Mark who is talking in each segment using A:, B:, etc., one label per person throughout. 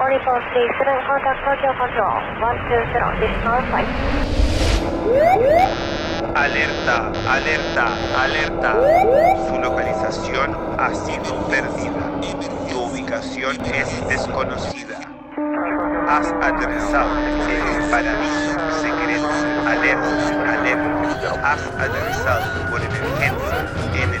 A: Oracle 37 contact Tokyo Control 120, this is our flight.
B: Alerta, alerta, alerta. Su localización ha sido perdida. Tu ubicación es desconocida. Has aterrizado en el paraíso secreto. Alerta, alerta. Has aterrizado por emergencia en el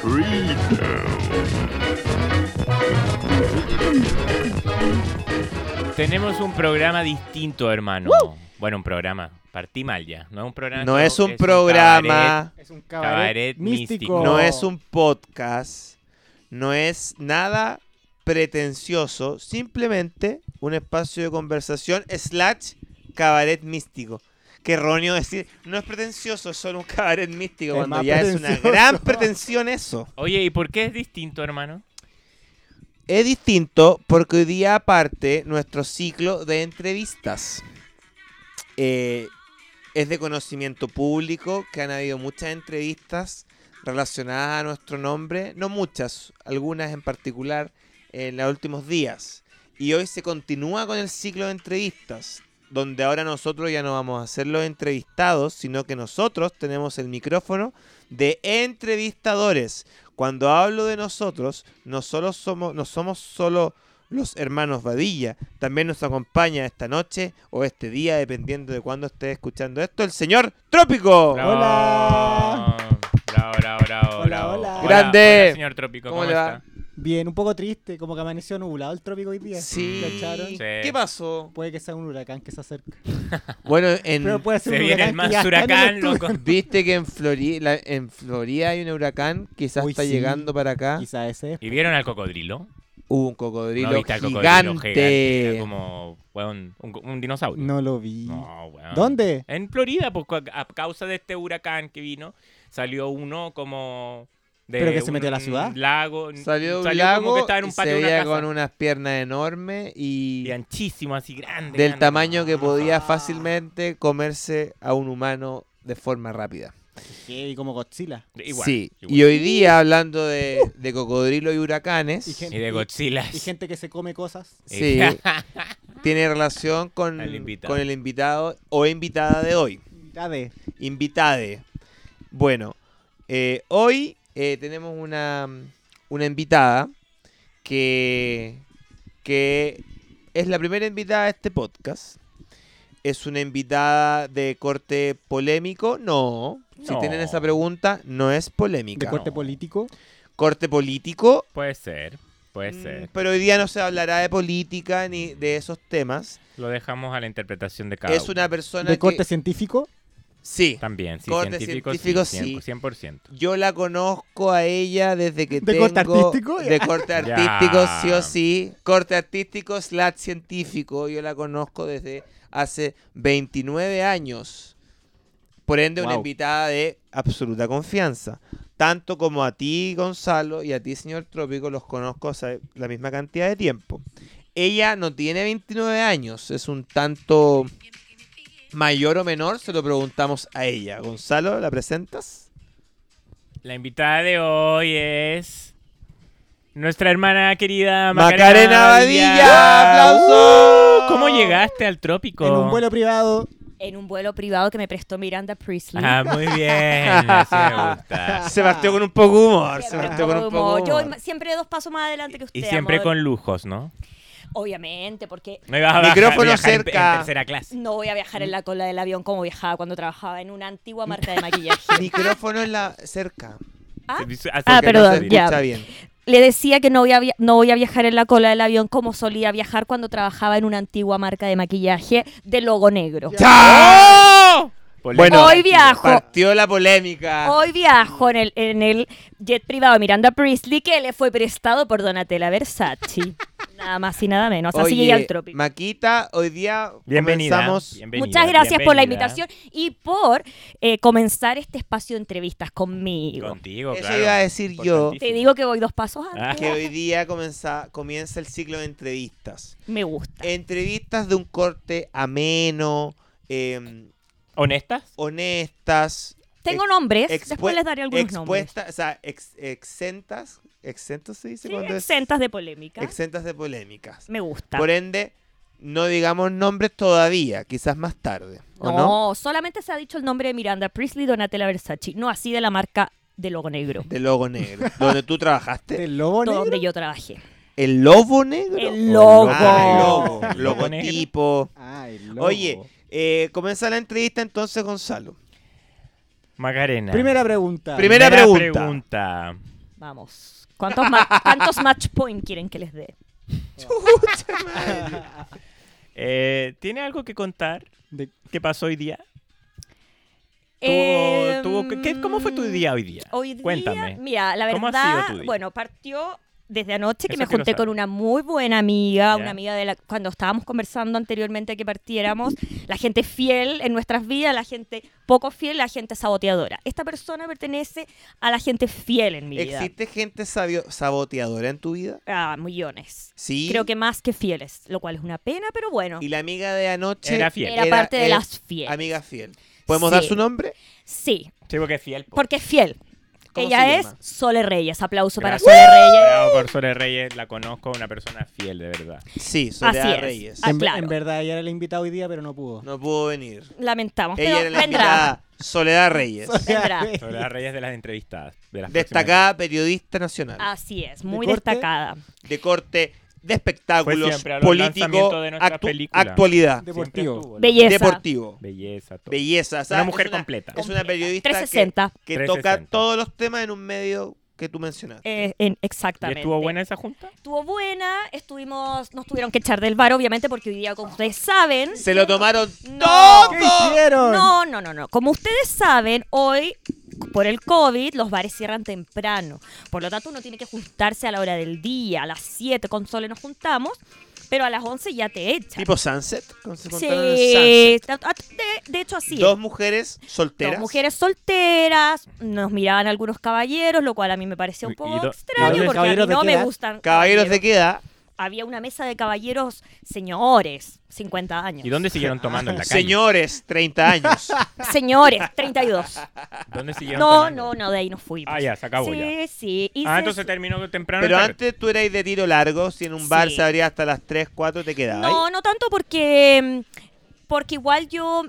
C: freedom.
D: Tenemos un programa distinto, hermano. Bueno, un programa. Partí mal ya. No es un programa.
E: No es un programa,
F: Es un cabaret,
D: cabaret místico.
F: místico.
E: no es un podcast, no es nada pretencioso, simplemente un espacio de conversación slash cabaret místico. Qué erróneo decir, no es pretencioso, es solo un cabaret místico,
F: Es
E: cuando
F: más
E: ya es una
F: pretencioso.
E: gran pretensión eso.
D: cabaret. Oye, ¿y por qué es distinto, hermano?
E: Es distinto porque hoy día parte nuestro ciclo de entrevistas. Eh, es de conocimiento público que han habido muchas entrevistas relacionadas a nuestro nombre, no muchas, algunas en particular en los últimos días. Y hoy se continúa con el ciclo de entrevistas, donde ahora nosotros ya no vamos a ser los entrevistados, sino que nosotros tenemos el micrófono de entrevistadores. Cuando hablo de nosotros, no solo somos, no somos solo los hermanos Vadilla, también nos acompaña esta noche o este día, dependiendo de cuándo esté escuchando esto, el señor Trópico.
D: Bravo.
F: Hola.
D: Bravo, bravo, bravo,
F: Hola,
D: bravo.
F: hola.
E: Grande.
D: hola, señor Trópico, ¿cómo,
E: ¿Cómo le va?
D: está?
F: Bien, un poco triste, como que amaneció nublado el trópico hoy día. ¿Cacharon?
E: Sí.
D: Sí.
E: ¿Qué pasó?
F: Puede que sea un huracán que se acerca.
E: Bueno, en,
F: Pero puede ser
D: Se
F: un
D: viene
F: huracán.
D: el
F: que
D: más
F: ya está en el
D: huracán,
F: estudio.
D: loco.
E: viste que en Florida, en Florida hay un huracán, quizás
F: Uy,
E: está
F: sí.
E: llegando para acá.
F: Quizá ese es.
D: ¿Y vieron al cocodrilo?
E: Hubo un
D: No,
E: cocodrilo,
D: ¿viste al
E: gigante.
D: cocodrilo Era como weón, un, un dinosaurio.
F: No lo vi.
D: No, weón.
F: ¿Dónde?
D: En Florida, pues cu- a causa de este huracán que vino, salió uno como. De
F: ¿Pero que se
D: un
F: metió a la ciudad?
D: Lago.
E: Salió de un
D: como
E: lago
D: que estaba en
E: y
D: un
E: se
D: patio de una
E: veía
D: casa.
E: con unas piernas enormes
D: Y
E: y
D: anchísimo, así grande.
E: del
D: grande.
E: tamaño que podía
F: Ah.
E: fácilmente comerse a un humano de forma rápida.
F: ¿Qué? ¿Y como Godzilla?
D: Igual,
E: sí,
D: igual.
E: y hoy día hablando de, de cocodrilo y huracanes,
F: Y gente-
D: Y de Godzilla.
F: Y gente que se come cosas.
E: sí, tiene relación con,
D: Al invitado.
E: con el invitado o invitada de hoy.
F: Ya de.
E: Invitade. Bueno, eh, hoy eh, tenemos una, una invitada que, que es la primera invitada de este podcast. Es una invitada de corte polémico. No, si
D: No.
E: tienen esa pregunta, no es polémica.
F: De corte
D: No.
F: político.
E: Corte político.
D: Puede ser, puede
E: mm,
D: ser.
E: Pero hoy día no se hablará de política ni de esos temas.
D: Lo dejamos a la interpretación de cada
E: es una
D: uno.
E: persona
F: De
E: que-
F: corte científico.
E: Sí.
D: También, sí,
E: Corte
D: científico,
E: científico,
D: sí,
E: sí.
D: cien- 100%.
E: Yo la conozco a ella desde que
F: ¿De
E: tengo...
F: corte artístico?
E: De corte artístico,
D: Ya.
E: sí o sí. Corte artístico slash científico. Yo la conozco desde hace 29 años. Por ende, una
F: Guau.
E: invitada de absoluta confianza. Tanto como a ti, Gonzalo, y a ti, señor Trópico, los conozco hace la misma cantidad de tiempo. Ella no tiene 29 años, es un tanto mayor o menor, se lo preguntamos a ella. Gonzalo, ¿la presentas?
D: La invitada de hoy es nuestra hermana querida Macarena,
E: Macarena Badilla, aplauso.
D: Uh, ¿Cómo llegaste al trópico?
F: En un vuelo privado.
G: En un vuelo privado que me prestó Miranda Priestley.
D: Ah, muy bien. Así me gusta.
E: Se partió con un poco de humor, se
G: Siempre
E: partió con un
G: como-
E: poco de
G: Yo
E: humor.
G: im- siempre dos pasos más adelante que usted.
D: Y siempre
G: amor.
D: con lujos, ¿no?
G: Obviamente, porque
D: No ibas a bajar-
E: Micrófono
D: viajar en- En,
E: cerca.
D: tercera clase.
G: no voy a viajar
D: Mm.
G: en la cola del avión como viajaba cuando trabajaba en una antigua marca de maquillaje.
E: Micrófono en la cerca.
G: Ah.
D: Se dice- hace
G: Ah,
D: que no
G: perdón,
E: se
D: se-
E: escucha
G: ya.
E: bien.
G: Le decía que no voy, a via- no voy a viajar en la cola del avión como solía viajar cuando trabajaba en una antigua marca de maquillaje de logo negro.
D: ¡Oh!
E: Bueno,
G: Hoy viajo.
E: Partió la polémica.
G: Hoy viajo en el, en el jet privado de Miranda Priestley que le fue prestado por Donatella Versace. Nada más y nada menos. Así llegué al trópico.
E: Maquita, hoy día
D: Bienvenida.
E: comenzamos
D: bienvenida,
G: Muchas gracias por la
D: bienvenida.
G: invitación y por eh, comenzar este espacio de entrevistas conmigo.
D: Contigo,
E: Eso
D: claro.
E: iba a decir yo.
D: Importantísimo.
G: Te digo que voy dos pasos
D: Ah.
G: antes.
E: que hoy día comienza, comienza el ciclo de entrevistas.
G: Me gusta.
E: Entrevistas de un corte ameno, eh,
D: ¿Honestas?
E: honestas.
G: Tengo nombres,
E: expue-
G: después les daré algunos nombres.
E: expuestas, O sea, ex- exentas. ¿Exentos se dice?
G: Sí,
E: cuando es-
G: exentas de polémica.
E: Exentas de polémicas.
G: Me gusta.
E: Por e- ende, no digamos nombres todavía, quizás más tarde. ¿o no?
G: no, solamente se ha dicho el nombre de Miranda Priestley, Donatella Versace, no así de la marca de Logo Negro,
E: De Lobo Negro. donde tú trabajaste.
F: ¿Del lobo negro?
G: donde yo trabajé.
E: ¿El Lobo Negro?
G: El logo.
E: Ah, el logo.
D: Lobo Negro.
E: Logotipo.
F: Ah, el lobo.
E: Oye, eh, comienza la entrevista entonces, Gonzalo.
D: Macarena.
F: Primera pregunta.
E: Primera- pregunta.
D: pregunta.
G: Vamos. ¿Cuántos, ma- cuántos match point quieren que les dé?
D: Eh, ¿Tiene algo que contar
F: De-
D: qué pasó hoy día?
G: Eh,
D: ¿Tuvo, tuvo- ¿qué- ¿Cómo fue tu día hoy día?
G: Em, Hoy día,
D: Cuéntame.
G: mira, la
D: ¿Cómo ha
G: verdad,
D: sido tu día?
G: bueno, partió desde anoche que
D: Eso
G: me
D: quiero
G: junté con
D: saber.
G: una muy buena amiga,
D: Ya.
G: una amiga de la cuando estábamos conversando anteriormente que partiéramos, la gente fiel en nuestras vidas, la gente poco fiel, la gente saboteadora. Esta persona pertenece a la gente fiel en mi vida.
E: ¿Existe gente sabio- saboteadora en tu vida?
G: Ah, millones.
E: Sí.
G: Creo que más que fieles, lo cual es una pena, pero bueno.
E: Y la amiga de anoche
D: Era fiel.
G: Era parte de
E: es
G: las fieles.
E: Amiga fiel. ¿Podemos
G: Sí.
E: dar su nombre?
G: Sí,
D: Sí, porque es fiel. po.
G: porque es fiel.
E: ¿Cómo se
G: Ella es
E: llama?
G: Sole Reyes. Aplauso para
D: Gracias.
G: Sole Reyes.
D: Bravo por Sole Reyes, la conozco, una persona fiel, de verdad.
E: Sí, Soledad
G: Así es.
E: Reyes.
G: Ah,
F: en,
G: claro.
F: en verdad, ella era la invitada hoy día, pero no pudo.
E: No pudo venir.
G: Lamentamos,
E: Ella era
G: pero
E: la
G: vendrá.
E: invitada. Soledad Reyes.
G: Vendrá.
D: Soledad Reyes de las entrevistadas. De las
E: Destacada periodista nacional.
G: Así es, muy
F: corte?
G: destacada.
E: De corte, de espectáculos,
D: siempre a los
E: político,
D: lanzamientos de nuestras
E: actu-
D: películas.
E: actualidad,
D: próximas. Siempre
F: Deportivo.
D: estuvo, ¿no?
G: Belleza.
E: deportivo,
D: Belleza. todo.
E: belleza. o sea,
D: Una
E: es
D: mujer completa.
E: Es una periodista que-
G: 360.
E: que,
D: 360.
E: toca todos los temas en un medio que tú mencionaste.
G: Eh, en-
D: ¿Y
G: exactamente.
D: estuvo buena esa junta?
G: Estuvo buena, estuvimos, nos tuvieron que echar del bar, obviamente, porque hoy día, como ustedes saben.
E: Se lo tomaron
G: No.
F: ¿Qué
E: todo.
F: hicieron?
G: No, no, no, no. Como ustedes saben, hoy, por el COVID, los bares cierran temprano. Por lo tanto, uno tiene que juntarse a la hora del día. A las 7 con Sole nos juntamos, pero a las 11 ya te echan.
E: Tipo Sunset. como se
G: Sí.
E: contaron en Sunset.
G: De, de hecho, así es.
E: Dos mujeres solteras.
G: Dos mujeres solteras, nos miraban algunos caballeros, lo cual a mí me parecía un
D: Uy, y
G: poco
D: do-
F: ¿Y
G: extraño
F: los
G: porque a mí
F: caballeros de
G: no
F: qué
G: me
F: edad?
G: gustan.
E: Caballeros de qué edad?
G: Había una mesa de caballeros señores, 50 años.
D: ¿Y dónde siguieron tomando en la calle?
E: Señores, 30 años.
G: Señores, 32.
D: ¿Dónde siguieron
G: No,
D: tomando?
G: no, no, de ahí nos fuimos.
D: Ah, ya, se acabó
G: sí,
D: ya.
G: Sí, sí.
D: Ah, entonces terminó temprano.
E: Pero
D: la tarde.
E: antes tú erais de tiro largo. Si en un bar
G: Sí.
E: se abría hasta las 3, 4, te quedabas.
G: No, no tanto porque, mm, porque igual yo,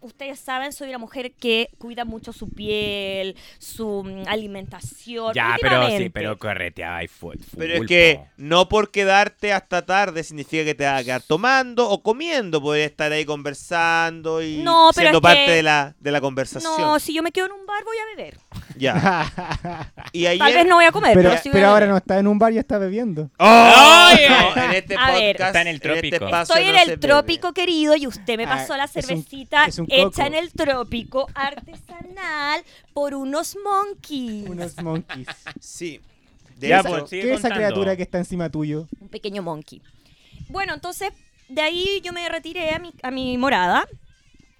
G: ustedes saben, soy una mujer que cuida mucho su piel, su mm, alimentación.
D: Ya, pero sí,
G: últimamente.
D: pero correteaba y fue.
E: Pero
D: full,
E: es que
D: po.
E: no por quedarte hasta tarde significa que te vas a quedar tomando o comiendo. Podrías estar ahí conversando y
G: No, pero
E: siendo
G: es
E: parte
G: que-
E: de, la, de la conversación.
G: No, si yo me quedo en un bar voy a beber.
E: Ya. Y ayer...
G: Tal vez no voy a comer,
F: Pero,
G: pero,
E: Pero-
G: sí voy
F: pero
G: a
F: ahora
G: beber.
F: no está en un bar y está bebiendo.
E: ¡Oh!
D: ¡Oye!
E: No, en este
G: A ver.
E: podcast,
D: Está en el
E: este
D: trópico.
E: espacio
G: Estoy en
E: no se
G: el
E: bebe.
G: trópico, querido, y usted me
F: Ah,
G: pasó la
F: es un-
G: cervecita
F: es un coco.
G: hecha en el trópico artesanal por unos monkeys.
F: Unos monkeys.
E: Sí. De
D: Ya,
E: hecho,
D: pues, sigue
F: ¿Qué es esa
D: contando.
F: criatura que está encima tuyo?
G: Un pequeño monkey. Bueno, entonces de ahí yo me retiré a mi, a mi morada.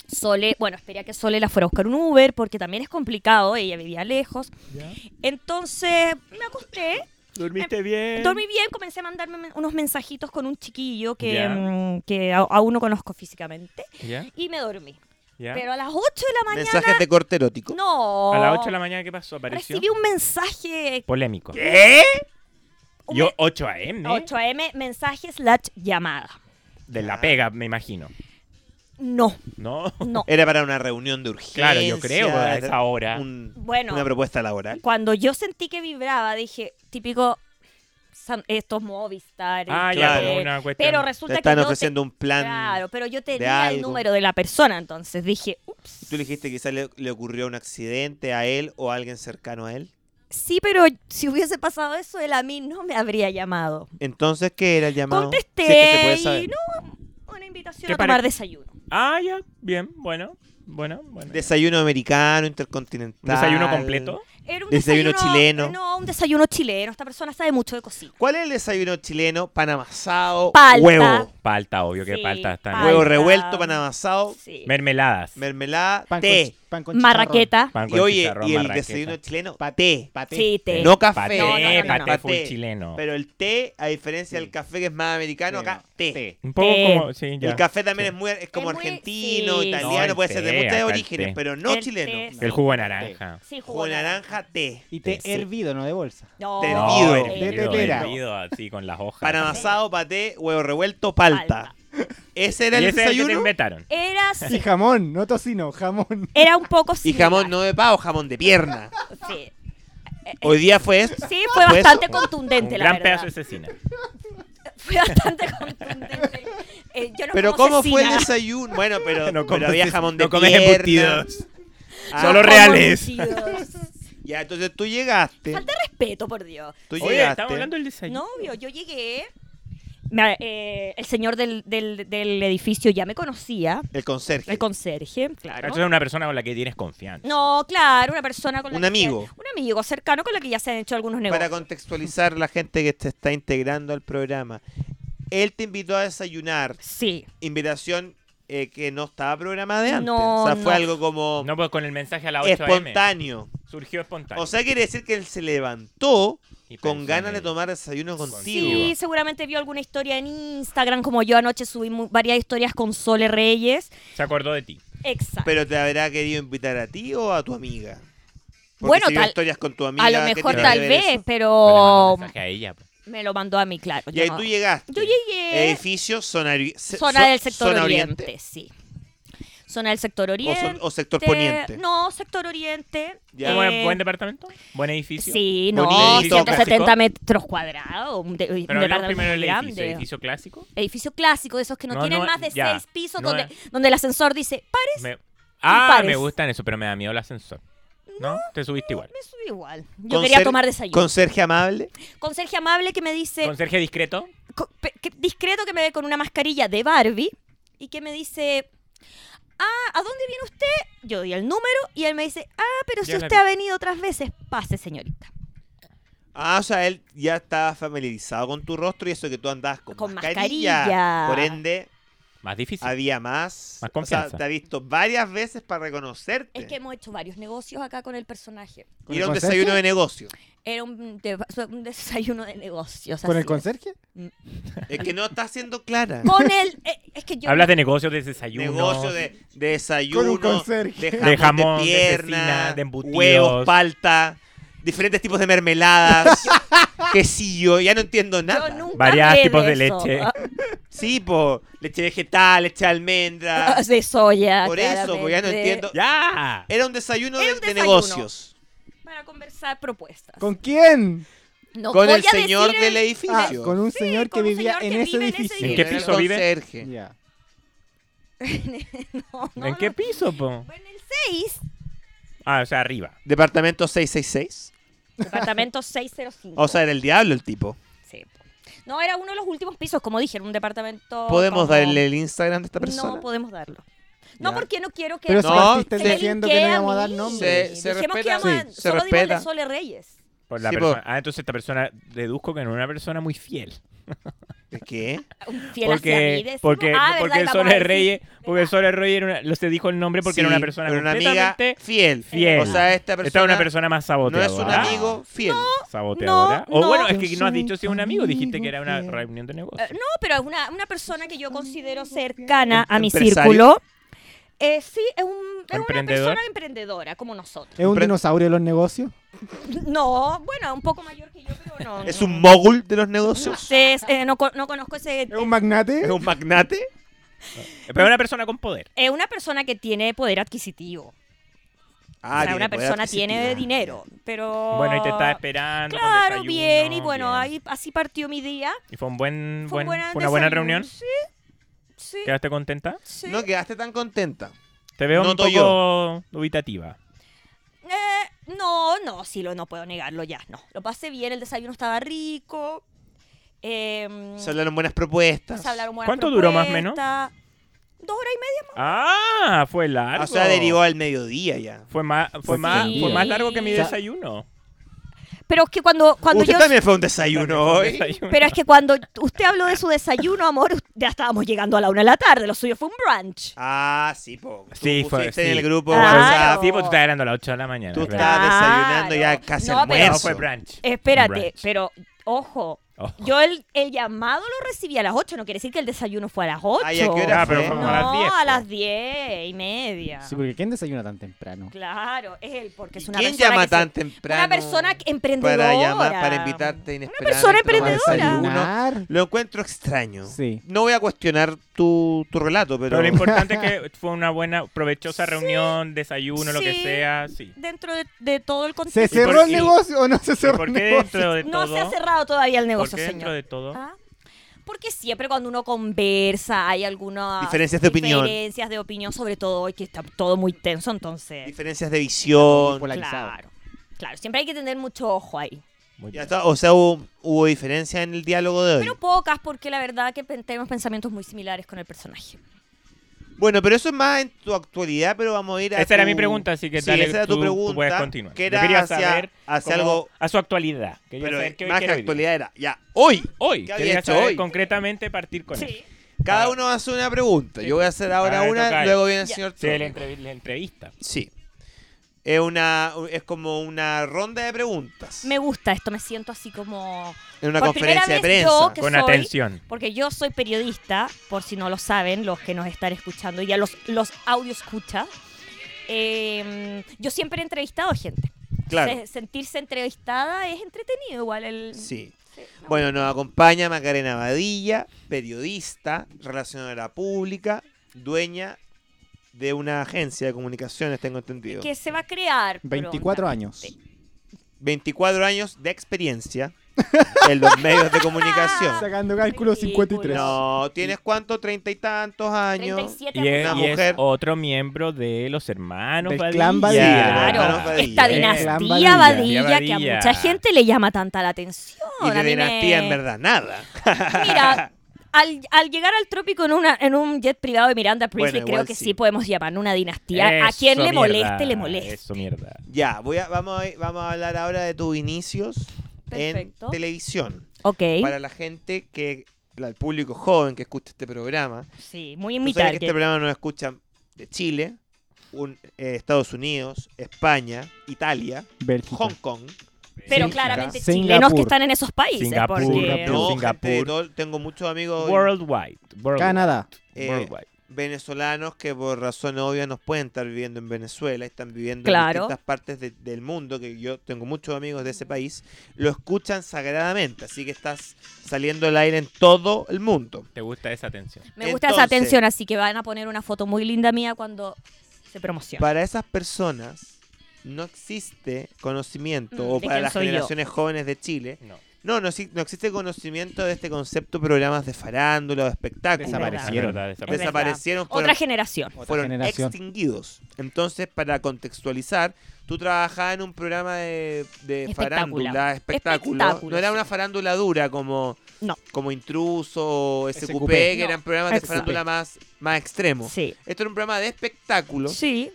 G: Sole, bueno, esperé a que Sole la fuera a buscar un Uber porque también es complicado, ella vivía lejos. Entonces me acosté
D: ¿Dormiste bien?
G: Dormí bien, comencé a mandarme men- unos mensajitos con un chiquillo que,
D: Ya.
G: mm, que a- aún no conozco físicamente
D: ¿Ya?
G: y me dormí.
D: ¿Ya?
G: Pero a las 8 de la mañana...
E: mensajes de corte erótico.
G: No.
D: ¿A las 8 de la mañana qué pasó? ¿Apareció?
G: Recibí un mensaje...
D: Polémico.
E: ¿Qué?
G: un
D: Yo,
G: men-
D: 8 a.m. ¿eh?
G: 8 a.m., mensaje slash llamada.
D: De
E: Ah.
D: la pega, me imagino.
G: No,
D: ¿No?
G: no.
E: Era para una reunión de urgencia.
D: Claro, yo creo, a esa hora.
E: un-
G: Bueno.
E: Una propuesta laboral.
G: Cuando yo sentí que vibraba, dije, típico... san- Estos Movistar.
D: Ah,
E: ya,
G: Internet.
D: como una cuestión-
G: Pero
E: Te
G: resulta que
E: están
G: yo te-
E: ofreciendo un plan.
G: Claro, pero yo tenía el
E: algo.
G: número de la persona, entonces dije, ups.
E: Tú le dijiste que quizás le, le ocurrió un accidente a él o a alguien cercano a él.
G: Sí, pero si hubiese pasado eso, él a mí no me habría llamado.
E: Entonces, ¿qué era el llamado?
G: Contesté
E: Si es que se puede saber.
G: y no, una invitación
D: ¿Qué
G: a tomar
D: pare-
G: desayuno.
D: Ah, ya. Bien, bueno. Bueno, bueno.
E: Desayuno americano, intercontinental.
D: ¿Un desayuno completo?
G: Era un
E: Desayuno
G: desayuno,
E: chileno.
G: No, un desayuno chileno. Esta persona sabe mucho de cocina.
E: ¿Cuál es el desayuno chileno? Pan amasado,
G: Palta.
E: huevo.
D: Palta, obvio que
G: Sí,
D: palta. Está
G: palta.
E: Huevo revuelto, pan amasado,
G: Sí.
D: Mermeladas.
E: mermelada,
F: Pan con,
E: té.
F: chi- pan con chicharrón.
G: Marraqueta.
D: Pan
E: Y
D: con
E: oye,
D: chicharrón,
E: y el
D: marraqueta.
E: desayuno chileno,
F: Pa-
E: té.
F: Paté.
G: Sí, té.
E: No café.
D: Paté,
G: No, no, no, no,
D: paté
G: no.
D: full chileno.
E: Pero el té, a diferencia del
F: Sí.
E: café que es más americano,
F: Sí,
E: acá
F: no.
E: té.
F: Té.
D: Un poco
G: Té.
D: como, sí, ya.
E: El café también es
D: Sí.
E: muy es como
G: Es muy-
E: argentino,
G: sí.
E: italiano,
D: No, el
E: puede ser de
D: té,
E: muchos
D: acá el
E: orígenes,
D: té.
E: pero no
G: El té,
E: chileno.
G: sí.
D: El jugo de naranja.
G: Sí, jugo
E: Con
G: de
E: naranja, té.
F: Y té
D: Sí.
F: hervido, no de bolsa.
G: No.
E: Te
D: No,
E: Hervido.
D: hervido,
F: De tetera.
D: hervido, así con las hojas.
E: Pan amasado, paté, huevo revuelto, palta. Ese era
D: Y
E: el
D: ese es el que te
E: desayuno.
D: inventaron.
G: Era
F: Y
G: así.
F: jamón, no tocino, jamón.
G: Era un poco
E: Y
G: similar,
E: jamón no de pavo, jamón de pierna.
G: Sí,
E: Hoy día fue esto.
G: Eh, Sí, fue
E: Pues,
G: bastante
E: un-
G: contundente,
D: Un
G: la
D: gran
G: verdad.
D: pedazo de cecina.
G: Fue bastante contundente. Eh, yo no
E: Pero
G: como
E: ¿cómo fue el
G: cecina.
E: desayuno? Bueno, pero, pero
D: No comes-
E: había jamón de
D: no comes
E: pierna.
D: embutidos.
E: Ah,
D: Solo re- reales.
G: Como embutidos.
E: Ya, entonces tú llegaste.
G: Falta respeto, por Dios.
E: Tú
D: Oye,
E: llegaste.
D: estamos hablando del desayuno.
G: No, obvio, yo llegué. me- eh, el señor del, del- del edificio ya me conocía.
E: El conserje.
G: El conserje, claro.
D: Entonces es una persona con la que tienes confianza.
G: No, claro, una persona con la
E: Un
G: que-
E: amigo.
G: un amigo cercano con la que ya se han hecho algunos
E: Para
G: negocios.
E: contextualizar la gente que se está integrando al programa. Él te invitó a desayunar.
G: Sí.
E: Invitación eh, que no estaba programada de antes.
G: No,
E: o sea,
G: no.
E: fue algo como
D: No, pues con el mensaje a la 8 am
E: espontáneo.
D: Surgió espontáneo.
E: O sea, quiere decir que él se levantó
D: Y pensó
E: con
D: en
E: ganas de
D: él.
E: tomar desayuno contigo.
G: Sí, seguramente vio alguna historia en Instagram, como yo anoche subí mu- varias historias con Sole Reyes.
D: Se acordó de ti.
G: Exacto.
E: Pero te habrá querido invitar a ti o a tu amiga. Porque
G: Bueno,
E: si vio
G: tal-
E: historias con tu amiga.
G: a lo
E: ¿qué
G: mejor
E: tiene
G: tal
E: que ver eso?
G: vez,
D: Pero le mandó
G: pero
D: un mensaje a ella. pues.
G: me lo mandó a mí, claro.
E: Y este. ahí
G: yo no-
E: tú llegaste.
G: Yo llegué.
E: Edificio, zona, ori- se-
G: zona
E: zo-
G: del sector
E: zona
G: oriente, sí. Zona del sector
E: O,
G: oriente.
E: son- o sector poniente.
G: No, sector oriente.
E: Ya.
D: ¿Cómo es?
G: eh,
D: ¿Buen departamento? ¿Buen edificio?
G: Sí, no,
E: Bonito, clásico.
G: 170 metros cuadrados, un, de- un
D: Pero hablamos
G: departamento
D: primero
G: muy
D: del
G: grande.
D: edificio. ¿Edificio clásico?
G: Edificio clásico, de esos que no,
D: No,
G: tienen
D: no,
G: más de
D: ya,
G: seis pisos,
D: no
G: donde,
D: es-
G: donde el ascensor dice, pares,
D: Me- Ah, me
G: pares.
D: gustan eso, pero me da miedo el ascensor. ¿No? Te subiste igual.
G: me subí igual. Yo
E: Con
G: quería
E: ser-
G: tomar desayuno. Con,
E: Conserje amable.
G: Conserje amable que me dice,
D: Conserje discreto.
G: co- pe- que- discreto que me ve con una mascarilla de Barbie y que me dice, ah, ¿a dónde viene usted? Yo di el número y él me dice, ah, pero si
D: Ya la
G: usted
D: vi.
G: ha venido otras veces, pase, señorita.
E: Ah, o sea, él ya estaba familiarizado con tu rostro y eso que tú andabas con,
G: Con
E: mascarilla.
G: mascarilla.
E: Por ende,
D: Más difícil.
E: había más.
D: Más
E: O sea,
D: confianza.
E: te ha visto varias veces para reconocerte.
G: Es que hemos hecho varios negocios acá con el personaje.
E: Y era
F: ¿Con
E: un
F: el conserje?
E: desayuno de negocio.
G: Era un, de- un desayuno de negocios.
F: ¿Con
G: así
F: el
G: es.
F: conserje?
E: Es que no está siendo clara.
G: Con el. eh, es que yo.
D: Hablas de negocios, de desayuno.
E: Negocio de, de
F: Con
E: desayuno,
F: un
E: de
F: conserje.
E: jamón, de,
D: De jamón, de
E: pierna,
D: cecina, de embutidos.
E: huevos, palta, diferentes tipos de mermeladas, quesillo, ya no entiendo nada.
G: yo nunca
D: Varios
G: hablé
D: tipos de
G: eso.
D: leche.
G: Ah,
E: Sí, po, leche vegetal, leche de almendra.
G: ah, De soya.
E: Por eso, porque ya no
G: claramente.
E: entiendo.
D: ¡Ya!
E: Era un desayuno,
G: Era
E: de-
G: un
E: de,
G: desayuno.
E: negocios.
G: Para conversar propuestas.
F: ¿Con quién?
G: No
E: Con
G: voy
E: el
G: a decir
E: señor
G: el-
E: del
F: Ah,
E: edificio.
F: con un señor
G: con
F: que
G: un
F: vivía
G: señor
F: en,
G: que
F: ese
G: vive en ese
F: edificio.
D: ¿En qué
E: Era el
D: piso vive?
E: conserje.
F: Ya.
G: No, no,
D: ¿En qué
G: no.
D: piso, po?
G: En el 6.
D: Ah, o sea, arriba.
E: Departamento 666.
G: Departamento 605.
E: O sea, era el diablo el tipo.
G: Sí. No, era uno de los últimos pisos, como dije, era un departamento.
E: ¿Podemos
G: como-
E: darle el Instagram de esta persona?
G: Oh, No pues, podemos darlo. No,
E: Ya.
G: porque no quiero que.
F: Pero si
E: No,
F: partiste
E: se
G: me
F: diciendo que
G: linké
F: no
G: a
F: íbamos a dar
G: mí.
E: Se-
F: nombres.
E: se
G: Dijimos que
E: respeta.
G: íbamos a-
E: Sí, se
G: solo dimos el de
E: respeta.
G: Sole Reyes.
D: Por la
E: Sí,
D: persona.
E: po.
D: Ah, entonces esta persona, deduzco que no era una persona muy fiel.
E: ¿De ¿Qué?
G: Un Fiel hacia mí,
D: Porque,
G: decimos.
D: porque,
G: Ah, ¿verdad?
D: porque
G: Y vamos a
D: Sole
G: decir-
D: Reyes, porque
G: ¿verdad?
D: Sole Reyes era una- lo- se dijo el nombre porque era
E: Sí,
D: una persona
E: era una amiga
D: completamente
E: fiel.
D: fiel.
E: O sea, esta persona,
D: Esta es una persona ¿Ah? más
E: no
D: saboteadora.
E: es un amigo fiel.
D: Saboteadora.
G: No,
D: o
G: no.
D: bueno, es que
F: Yo
D: no has
F: soy
D: dicho si es
F: tu
D: un amigo, dijiste que era
F: amigo
D: una
F: fiel.
D: reunión de
G: Eh,
D: negocio.
G: no, pero es una, una persona que yo considero cercana a mi
E: ¿Empresario?
G: círculo. Eh, sí, es, un, es una
D: ¿Emprendedor?
G: persona emprendedora, como nosotros.
F: ¿Es un
E: Pre-
F: dinosaurio de los negocios?
G: No, bueno, un poco mayor que yo, pero no.
E: ¿Es
G: no.
E: un mogul de los
G: No,
E: negocios?
G: sé, es- eh, no, co- no conozco ese.
F: ¿Es un magnate?
E: ¿Es un magnate?
D: Pero es una persona con poder.
G: Es una persona que tiene poder adquisitivo.
E: Ah,
G: o sea,
E: tiene
G: una
E: poder
G: persona tiene
E: adquisitivo.
G: dinero, pero...
D: Bueno, y te estaba esperando. con
G: Ah, Claro, bien, y
D: desayuno,
G: bueno,
D: bien.
G: ahí así partió mi día.
D: ¿Y fue, un buen,
G: Fue
D: buen-
G: un buen
D: fue una buena
G: desayuno.
D: reunión?
G: Sí, sí,
D: ¿Quedaste contenta?
G: sí.
E: No quedaste tan contenta.
D: Te veo un
E: Noto
D: poco
E: yo.
D: dubitativa.
G: Eh, no, no, sí, lo, no puedo negarlo ya, no. Lo pasé bien, el desayuno estaba rico. Em, eh,
E: Se hablaron buenas propuestas.
G: Mm. se hablaron buenas
D: ¿Cuánto duró más o
G: propuestas. dos horas y media más.
D: Ah, fue largo.
E: O sea, derivó al mediodía ya.
D: Fue más, fue
F: Sí.
D: más, fue más largo que mi
F: O sea,
D: desayuno.
G: Pero es que cuando, cuando
E: Usted
G: yo...
E: también fue a un desayuno hoy.
D: Desayuno.
G: Pero es que cuando usted habló de su desayuno, amor, us- ya estábamos llegando a la una de la tarde. Lo suyo fue un brunch.
E: Ah, sí, po. Tú
D: Sí, fue.
E: pusiste
D: sí.
E: en el grupo
D: Fue-
G: Claro.
E: WhatsApp.
D: Sí, pues tú estás ganando a las 8 de la mañana.
E: Tú
D: es verdad.
E: estabas desayunando ya
G: Claro.
E: casi
G: No, pero-
E: almuerzo.
D: No, fue brunch.
G: Eh, Espérate,
D: Brunch.
G: pero ojo.
D: Ojo.
G: Yo el, el llamado lo recibí a las 8, no quiere decir que el desayuno fue a las 8.
E: Ay, ¿a qué hora
D: Ah, pero
E: fue?
D: fue
G: No,
D: como a las 10.
G: a las 10 y media.
F: Sí, porque ¿quién desayuna tan temprano?
G: Claro, es él, porque es
E: ¿Y
G: una
E: ¿Quién
G: persona
E: llama
G: que se-
E: tan temprano?
G: Una persona emprendedora.
E: para llamar, para invitarte inesperadamente.
G: persona
E: a tomar
G: emprendedora.
E: desayuno.
F: Desayunar.
E: Lo encuentro extraño.
F: Sí.
E: No voy a cuestionar tu, tu relato, pero...
D: Pero lo importante es que fue una buena, provechosa reunión, desayuno, lo que
G: Sí.
D: sea, sí.
G: Dentro de, de todo el
F: ¿Se
G: contexto.
D: por-
F: cerró el
D: y-
F: negocio o no se
D: ¿Y
F: cerró
D: ¿Por
F: el
D: qué
F: negocio?
D: dentro de todo?
G: No se ha cerrado todavía el
D: ¿Por
G: negocio,
D: qué dentro
G: señor.
D: de todo?
G: ¿Ah? Porque siempre cuando uno conversa hay algunas
E: Diferencias de opinión.
G: diferencias de opinión, sobre todo hoy que está todo muy tenso, entonces.
E: Diferencias de visión.
F: Polarizado.
G: Claro, claro, siempre hay que tener mucho ojo ahí.
D: Muy
E: Ya
D: bien.
E: está, O sea, hubo, hubo diferencia en el diálogo de hoy.
G: Pero pocas, porque la verdad que pen- tenemos pensamientos muy similares con el personaje.
E: Bueno, pero eso es más en tu actualidad, pero vamos a ir a
D: Esa era
E: tu-
D: mi pregunta, así que
E: Sí,
D: dale,
E: esa era tu
D: tú- tú
E: pregunta.
D: puedes continuar.
E: Que
D: Yo
E: era
D: quería
E: hacia,
D: saber
E: hacia
D: cómo-
E: algo...
D: A su actualidad. Quería
E: Pero
D: saber qué,
E: más
D: qué
E: que
D: era hoy día.
E: actualidad era... Ya, hoy.
D: Hoy,
E: ¿Qué
D: quería
E: había hecho
D: saber
E: hoy?
D: concretamente partir con él.
E: Cada uno hace una pregunta. Yo voy a hacer ahora
D: Ah,
E: una,
D: toca.
E: luego viene el
G: Ya.
E: señor
D: Sí,
E: Trump.
D: la, entrev- la entrevista.
E: Sí. Es una es como una ronda de preguntas.
G: Me gusta esto, me siento así como.
E: en una
G: Por primera
E: conferencia de
G: vez
E: prensa.
G: yo que-
D: Con
G: soy?
D: atención.
G: Porque yo soy periodista, por si no lo saben, los que nos están escuchando, ya los, los audio escucha. Eh, yo siempre he entrevistado gente.
E: Claro.
G: Se- sentirse entrevistada es entretenido, igual el.
E: Sí. Bueno, nos acompaña Macarena Badilla, periodista, relacionadora pública, dueña de una agencia de comunicaciones, tengo entendido.
G: Que se va a crear. pronto.
F: 24 años.
E: 24 años de experiencia en los medios de comunicación.
F: Sacando cálculo 53.
E: No, ¿tienes cuánto? Treinta y tantos años.
G: 37
D: Y es,
E: Una
D: y es
E: mujer.
D: otro miembro de los hermanos
F: Del
D: Badilla.
F: clan Badilla.
E: Ya,
G: Claro,
E: Hermanos
G: esta
E: Badilla.
G: dinastía
F: Clan
D: Badilla.
G: Badilla, que
D: Badilla.
G: a mucha gente le llama tanta la atención.
E: Y
G: A
E: de
G: mí me-
E: dinastía en verdad nada.
G: Mira, al, al llegar al trópico en, una, en un jet privado de Miranda Priestly,
E: Bueno,
G: creo
E: igual
G: que sí.
E: sí.
G: podemos llamar una dinastía. a
D: Eso,
G: quien le
D: mierda.
G: moleste, le moleste.
D: Eso, mierda.
E: Ya, voy a, vamos, a, vamos a hablar ahora de tus inicios
G: Perfecto. ¿Eh?
E: en televisión.
G: Ok.
E: Para la gente que, la- el público joven que escucha este programa,
G: Sí, muy
E: tú
G: mi
E: sabes que
G: target.
E: este programa nos escuchan de Chile, un- eh, Estados Unidos, España, Italia,
F: Bélgica.
E: Hong Kong.
G: Pero
E: Bélgica,
G: claramente
F: Singapur.
G: chilenos que están en esos países.
D: Singapur,
G: porque...
E: No,
D: Singapur.
E: gente de todo- tengo muchos amigos
D: Worldwide. Worldwide.
F: Canadá.
E: eh,
D: Worldwide.
E: venezolanos que por razón obvia nos pueden estar viviendo en Venezuela, están viviendo
G: Claro.
E: en distintas partes de- del mundo, que yo tengo muchos amigos de ese país, lo escuchan sagradamente, así que estás saliendo al aire en todo el mundo.
D: ¿Te gusta esa atención?
G: Me gusta esa
E: Entonces-
G: atención, así que van a poner una foto muy linda mía cuando se promociona.
E: Para esas personas no existe conocimiento,
G: Mm,
E: o
G: ¿de
E: para
G: quién
E: las
G: soy yo?
E: generaciones jóvenes de Chile,
D: No.
E: no, no, exi- no existe conocimiento de este concepto programas de farándula o de espectáculos.
G: Desaparecieron.
D: Es verdad,
G: Es verdad.
D: desaparece.
E: Desaparecieron, fueron
G: Otra generación.
F: Otra
E: fueron
F: generación.
E: extinguidos. Entonces, para contextualizar, tú trabajabas en un programa de, de
G: Espectáculo.
E: farándula, espectáculo.
G: Espectáculo,
E: No era
G: sí.
E: una farándula dura como,
G: No.
E: como Intruso, SQP,
F: SQP.
E: que
G: No.
E: eran programas de
F: SQP.
E: farándula más, más extremos.
G: Sí.
E: Esto era un programa de espectáculo,
G: Sí.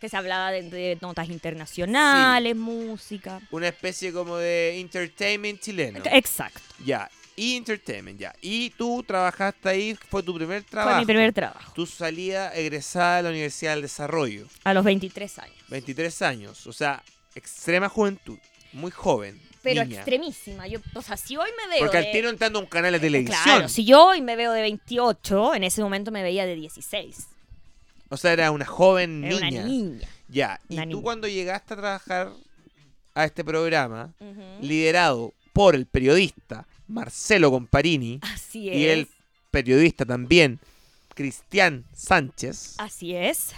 G: Que se hablaba de, de notas internacionales, música.
E: una especie como de entertainment chileno.
G: Exacto.
E: Ya, y entertainment, ya. Y tú trabajaste ahí, fue tu primer trabajo.
G: Fue mi primer trabajo,
E: Tu salida egresada de la Universidad del Desarrollo.
G: a los 23 años.
E: 23 años, o sea, extrema juventud, muy joven.
G: Pero
E: niña.
G: extremísima. Yo, o sea, si hoy me veo.
E: Porque
G: de-
E: al tiro entrando a un canal de televisión.
G: eh, Claro, si yo hoy me veo de 28, en ese momento me veía de 16.
E: O sea, era una joven
G: Era
E: niña.
G: una niña.
E: Ya, y
G: Una
E: tú
G: niña.
E: cuando llegaste a trabajar a este programa,
G: Ujú.
E: liderado por el periodista Marcelo Comparini
G: Así es.
E: y el periodista también Cristian Sánchez,
G: Así es.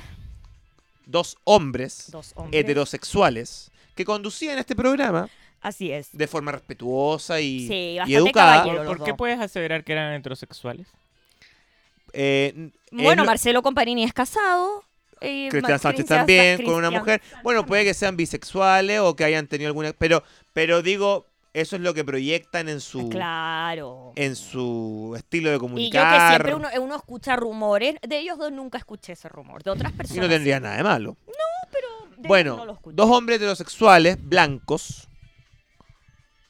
E: dos hombres
G: Ah. Dos hombres.
E: heterosexuales que conducían este programa
G: Así es.
E: de forma respetuosa y,
G: Sí,
E: y
G: bastante
E: educada.
G: caballero.
D: ¿Por,
G: los
D: por qué
G: dos.
D: puedes aseverar que eran heterosexuales?
E: Eh, n-
G: Bueno,
E: es lo-
G: Marcelo Comparini es casado. y
E: Cristian
G: Mar-
E: Sánchez
G: Cristian
E: también,
G: Sa-
E: con una
G: Cristian
E: mujer. Bueno, puede que sean bisexuales o que hayan tenido alguna. Pero, pero digo, eso es lo que proyectan en su,
G: Claro.
E: en su estilo de
G: Y yo que
E: comunicar.
G: siempre uno, uno escucha rumores, de ellos dos nunca escuché ese rumor, de otras personas.
E: y no tendría nada de malo.
G: pero de ellos
E: Bueno,
G: no lo escuché.
E: dos hombres heterosexuales blancos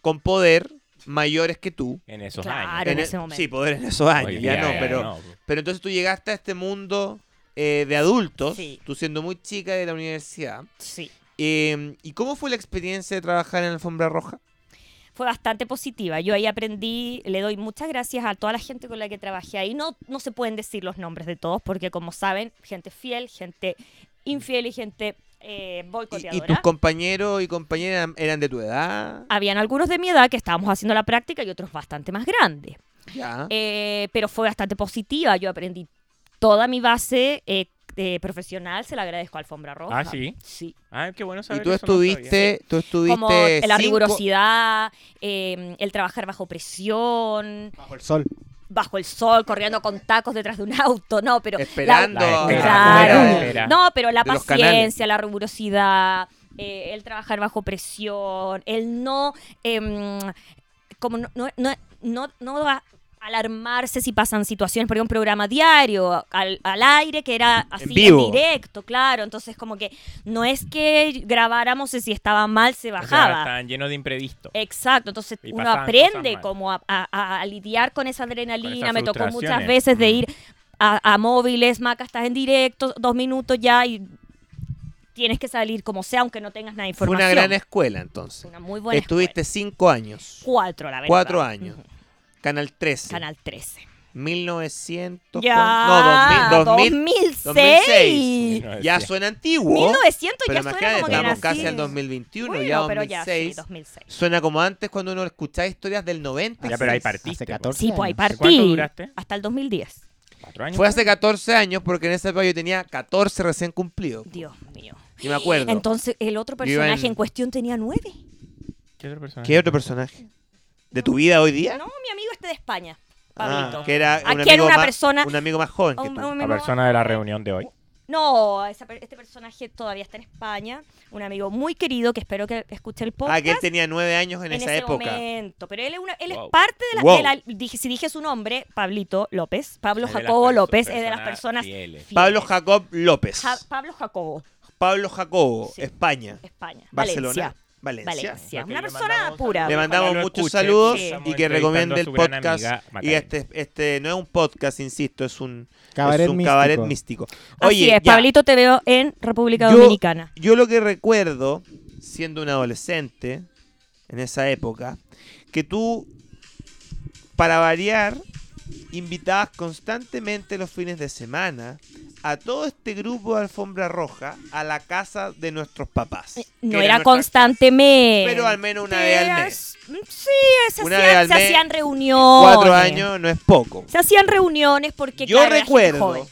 E: con poder mayores que tú.
D: En esos
G: Claro,
D: años.
G: en
E: e-
G: ese momento.
E: Sí, poder en esos años,
D: Hoy
E: ya
D: día
E: no,
D: ya
E: pero,
D: no. pues.
E: pero entonces tú llegaste a este mundo eh, de adultos,
G: Sí.
E: tú siendo muy chica de la universidad.
G: Sí.
E: Eh, ¿Y cómo fue la experiencia de trabajar en Alfombra Roja?
G: fue bastante positiva. Yo ahí aprendí, le doy muchas gracias a toda la gente con la que trabajé ahí. No, no se pueden decir los nombres de todos, porque como saben, gente fiel, gente infiel y gente
E: ¿Y,
G: eh,
E: y tus
G: boicoteadora.
E: compañeros y compañeras eran- eran de tu edad?
G: Habían algunos de mi edad que estábamos haciendo la práctica y otros bastante más grandes.
E: Ya.
G: Eh, pero fue bastante positiva. Yo aprendí toda mi base eh, eh, profesional, se la agradezco a Alfombra Roja.
D: Ah, ¿sí?
G: Sí.
D: Ah, qué bueno saber
E: y tú
D: eso, no sabía.
E: estuviste, tú estuviste
G: Como la
E: cinco-
G: rigurosidad, eh, el trabajar bajo presión,
F: Bajo el sol.
G: bajo el sol, corriendo con tacos detrás de un auto, no, pero... la-
E: esperando.
D: La
E: a-
D: espera,
G: Claro.
D: la espera.
G: No, pero la
E: De los canales.
G: paciencia, la rigurosidad, eh, el trabajar bajo presión, el no... em, como no, no, no, no- no da- alarmarse si pasan situaciones, porque era un programa diario, al, al aire, que era así en
E: vivo.
G: directo, claro. Entonces, como que no es que grabáramos y si estaba mal se
D: O sea,
G: bajaba.
D: estaban llenos de imprevisto.
G: Exacto, entonces
D: Y
G: uno
D: pasaban cosas
G: aprende
D: mal.
G: como a, a- a lidiar con esa adrenalina.
D: esas
G: Me tocó muchas
D: frustraciones.
G: veces de
D: Mm.
G: ir a, a móviles, Maca, estás en directo, dos minutos ya y tienes que salir como sea, aunque no tengas nada de
E: Fue
G: información.
E: una gran escuela entonces.
G: Una muy buena
E: estuviste cinco años.
G: escuela. cuatro, la verdad.
E: Cuatro años.
G: Ujú.
E: Canal 13.
G: Canal 13.
E: 1900.
G: Ya,
E: No, 2000, 2000,
G: 2006.
E: 2006. Ya suena antiguo.
G: 1900
E: pero
G: ya
E: imagínate,
G: suena como que
E: estamos
G: nací.
E: casi al 2021,
G: Bueno,
E: ya
G: pero ya, sí,
E: 2006.
G: 2006.
E: Suena como antes cuando uno escuchaba historias del 90.
G: Eh,
D: Ya, pero ahí
F: Hace
D: partiste. pues.
F: 14
G: Sí, pues ahí
F: años.
G: partí.
D: ¿Cuánto duraste?
G: Hasta el 2010.
D: Cuatro años.
E: Fue hace 14 años porque en ese época yo tenía 14 recién cumplido.
G: Dios mío.
E: Y me acuerdo.
G: Entonces, el otro
E: Yo iba
G: personaje
E: en-
G: en cuestión tenía nueve.
D: ¿Qué otro personaje?
E: ¿Qué otro personaje? ¿De tu vida hoy día?
G: No, mi amigo este de España,
E: Ah,
G: Pablito.
E: que era un
G: Aquí
E: amigo
G: era una
E: más-
G: persona-
E: Un amigo más joven. Que
G: Un-
E: tú.
G: un-
D: La persona de la reunión de hoy.
G: No, esa per- este personaje todavía está en España. Un amigo muy querido que espero que escuche el podcast.
E: Ah, que él tenía 9 años en,
G: en
E: esa
G: ese
E: época.
G: momento. Pero él es, una- él es
D: Wow.
G: parte de la,
E: Wow.
G: de la- dije- Si dije su nombre, Pablito López. Pablo
D: Es de las
G: Jacobo
D: perso-
G: López es de las
D: personas
G: personas.
D: fieles.
G: fieles.
E: Pablo Jacob López.
G: Ja- Pablo Jacobo,
E: Pablo Jacobo,
G: Sí.
E: España.
G: España.
E: Barcelona.
G: Valencia.
E: Valencia.
G: Valencia.
D: O sea, que
G: Una
D: le
G: persona
D: mandamos-
G: pura.
E: Le
G: Ojalá
E: mandamos
D: lo
E: muchos
D: escuche,
E: saludos
G: sí.
E: y
D: Estamos
E: que recomiende
D: entrevistando a
E: el
D: su gran
E: podcast.
D: amiga,
E: y
D: Macarena.
E: este, este no es un podcast, insisto, es un
F: Cabaret
E: es un
F: místico.
E: cabaret místico.
G: Así
E: Oye,
G: es,
E: ya.
G: Pablito, te veo en República
E: Yo-
G: Dominicana.
E: Yo lo que recuerdo, siendo un adolescente en esa época, que tú, para variar, invitabas constantemente los fines de semana a todo este grupo de alfombra roja a la casa de nuestros papás. que
G: Eh, No era
E: nuestra-
G: constantemente.
E: Pero al menos una vez al mes.
G: Sí, se,
E: Una vez
G: hacían,
E: al
G: se
E: mes,
G: hacían reuniones.
E: Cuatro años no es poco.
G: Se hacían reuniones porque
E: Yo
G: claro, era gente
E: recuerdo
G: joven.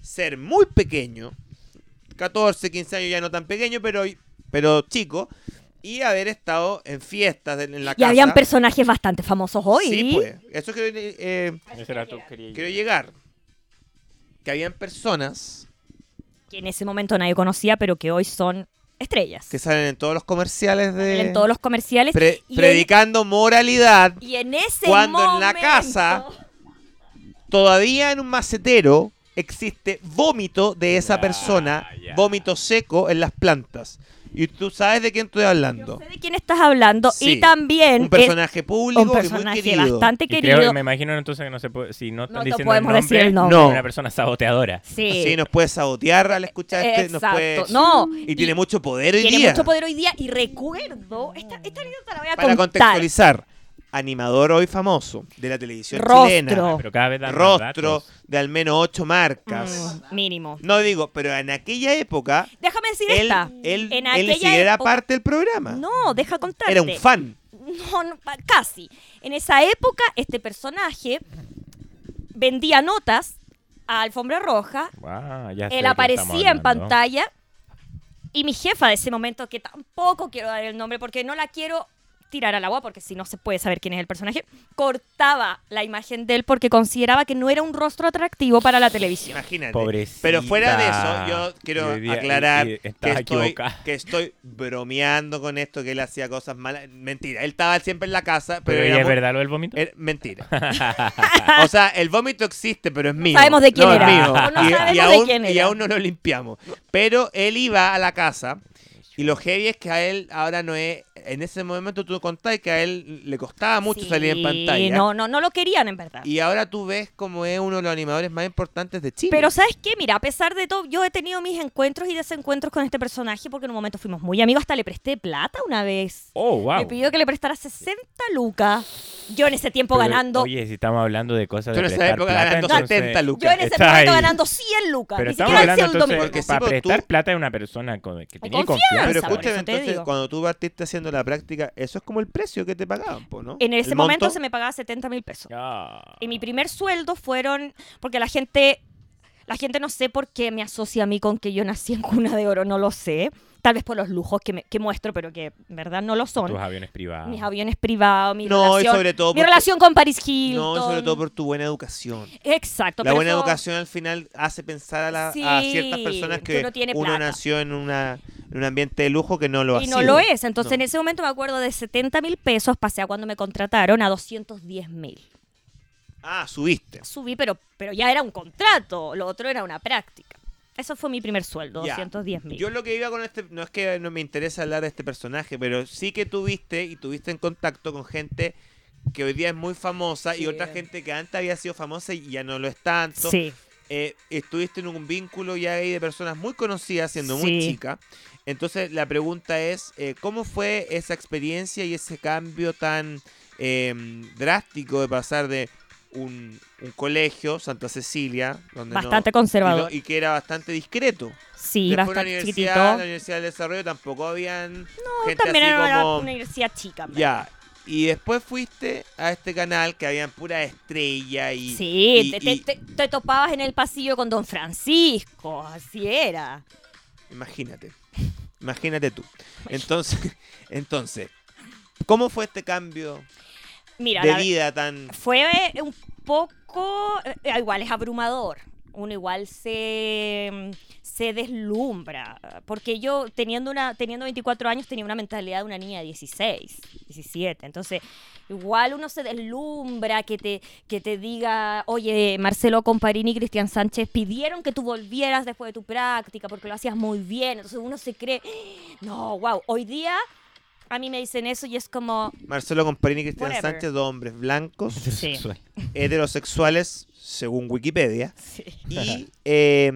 E: ser muy pequeño, 14, 15 años ya no tan pequeño, pero, pero chico, y haber estado en fiestas en, en la
G: Y
E: casa.
G: habían personajes bastante famosos hoy.
E: Sí, pues. Eso quiero, eh,
D: Ese era tú, quería ir.
E: quiero llegar. Que habían personas
G: Que en ese momento nadie conocía, pero que hoy son estrellas.
E: que salen en todos los comerciales de...
G: en todos los comerciales.
E: pre-
G: y,
E: predicando moralidad,
G: en, y en ese
E: cuando en la
G: momento-
E: casa- todavía en un macetero existe vómito de esa
D: Ya,
E: persona,
D: ya.
E: vómito seco en las plantas. Y tú sabes de quién estoy
G: Yo
E: hablando.
G: sé de quién estás hablando.
E: Sí,
G: y también.
E: un
G: es-
E: personaje público
G: un
E: y muy
G: personaje
E: querido.
G: bastante
D: Y creo-
G: querido.
D: me imagino entonces que no se puede, si no están
G: No te
D: diciendo
G: podemos
D: el
G: decir el nombre.
E: No.
D: Una persona saboteadora.
G: Sí.
E: Sí, nos puede sabotear al escuchar este, nos puede-
G: Exacto. No.
E: Y, tiene mucho poder hoy
G: Tiene
E: día.
G: mucho poder hoy día y recuerdo, esta, esta anécdota la voy a
E: Para
G: contar.
E: contextualizar, animador hoy famoso de la televisión
G: Rostro.
E: chilena,
D: Pero cada vez dan más
E: rostro
D: datos.
E: de al menos ocho marcas.
G: Mm, mínimo.
E: No digo, pero en aquella época
G: Déjame decir
E: él,
G: esta.
E: él,
G: En
E: él ni
G: aquella
E: siquiera era
G: época-
E: parte del programa.
G: No, deja contarte.
E: era un fan.
G: No, no, pa- casi. En esa época, este personaje vendía notas a Alfombra Roja.
D: Guau, ya sé de
G: Él
D: qué
G: aparecía
D: estamos
G: en
D: hablando.
G: pantalla. Y mi jefa de ese momento, que tampoco quiero dar el nombre porque no la quiero tirar al agua, porque si no se puede saber quién es el personaje, cortaba la imagen de él porque consideraba que no era un rostro atractivo para la televisión.
E: Imagínate.
H: Pobrecita.
E: Pero fuera de eso, yo quiero
H: Yo diría-
E: aclarar
H: y- y
E: que,
H: estás
E: estoy,
H: equivocada.
E: que estoy bromeando con esto, que él hacía cosas malas. Mentira, él estaba siempre en la casa, pero,
D: Pero, ¿y
E: era
D: es
E: muy-
D: verdad lo del vómito?
E: era- mentira. o sea, el vómito existe, pero es mío.
G: sabemos de quién
E: no es
G: era.
E: mío.
G: O no
E: y, y
G: sabemos de
E: aún,
G: quién
E: y
G: era.
E: aún no lo limpiamos. Pero él iba a la casa y lo heavy es que a él ahora no es... En ese momento tú contás que a él le costaba mucho
G: Sí,
E: salir en pantalla.
G: No, no, no lo querían en verdad.
E: Y ahora tú ves como es uno de los animadores más importantes de Chile.
G: Pero ¿sabes qué? Mira, a pesar de todo, yo he tenido mis encuentros y desencuentros con este personaje porque en un momento fuimos muy amigos, hasta le presté plata una vez.
H: Oh, wow.
G: Me pidió que le prestara 60 lucas. Yo en ese tiempo
H: Pero,
G: ganando.
H: Oye, si estamos hablando de cosas
E: Tú en
H: de
E: esa
H: prestar
E: época
H: plata,
E: ganando
H: entonces-
E: 70
G: yo
E: lucas.
G: en ese
H: está
G: momento
H: ahí.
G: ganando 100 lucas.
H: Pero
G: ni
H: estamos
G: siquiera el
H: hablando
G: 100
H: entonces,
G: domingo.
E: Porque sí,
H: para
E: pues, tú-
H: prestar plata de una persona con- que
G: Con
H: tiene
G: confianza,
H: confianza.
E: Pero
G: por
E: escúchame,
G: eso te
E: entonces,
G: digo.
E: cuando tú partiste haciendo la práctica, eso es como el precio que te pagaban, po, ¿no?
G: En
E: El
G: ese momento
E: monto.
G: se me pagaba 70 mil pesos.
D: Ah.
G: Y mi primer sueldo fueron. Porque la gente. La gente no sé por qué me asocia a mí con que yo nací en cuna de oro, no lo sé. Tal vez por los lujos que, me- que muestro, pero que en verdad no lo son.
H: Ah, Tus aviones privados.
G: Mis aviones privados, mi,
E: No, y
G: relación,
E: sobre todo
G: mi
E: porque-
G: relación con Paris Hilton.
E: No, sobre todo por tu buena educación.
G: Exacto.
E: La
G: pero
E: buena
G: eso-
E: educación al final hace pensar a, la- a
G: Sí,
E: ciertas personas
G: que
E: que
G: uno tiene
E: uno
G: plata.
E: nació en, una, en un ambiente de lujo que no lo ha
G: Y
E: sido.
G: no lo es. Entonces
E: No.
G: en ese momento me acuerdo de 70 mil pesos, pasé a cuando me contrataron a 210 mil.
E: Ah, subiste.
G: Subí, pero, pero ya era un contrato, lo otro era una práctica. Eso fue mi primer sueldo,
E: Ya.
G: 210 mil.
E: Yo lo que iba con este, no es que no me interesa hablar de este personaje, pero sí que tuviste y tuviste en contacto con gente que hoy día es muy famosa y otra gente que antes había sido famosa y ya no lo es tanto.
G: Sí.
E: eh, estuviste en un vínculo ya ahí de personas muy conocidas, siendo muy
G: Sí.
E: chica. Entonces, la pregunta es, eh, ¿cómo fue esa experiencia y ese cambio tan eh, drástico de pasar de un, un colegio, Santa Cecilia, donde no-
G: Bastante
E: y no-
G: conservador.
E: y, que era bastante discreto?
G: sí,
E: Después la
G: bastante
E: universidad,
G: chiquitito.
E: la Universidad del Desarrollo tampoco habían gente
G: También
E: así
G: era una-
E: como...
G: una universidad chica. en verdad.
E: Ya. Y después fuiste a este canal que habían pura estrella y...
G: Sí,
E: y-
G: te,
E: y-
G: te- te- te topabas en el pasillo con Don Francisco, así era.
E: Imagínate. Imagínate tú. Entonces, entonces, ¿cómo fue este cambio
G: Mira,
E: de
G: la-
E: vida tan
G: fue eh, un poco, eh, igual es abrumador. Uno igual se, se deslumbra. Porque yo, teniendo, una, teniendo 24 años, tenía una mentalidad de una niña de 16, 17. Entonces, igual uno se deslumbra que te, que te diga, oye, Marcelo Comparini y Cristian Sánchez pidieron que tú volvieras después de tu práctica porque lo hacías muy bien. Entonces uno se cree, no, wow, hoy día a mí me dicen eso y es como,
E: Marcelo Comparini y Cristian
G: Whatever.
E: Sánchez, dos hombres blancos,
G: sí,
E: heterosexuales, según Wikipedia,
G: sí,
E: y eh,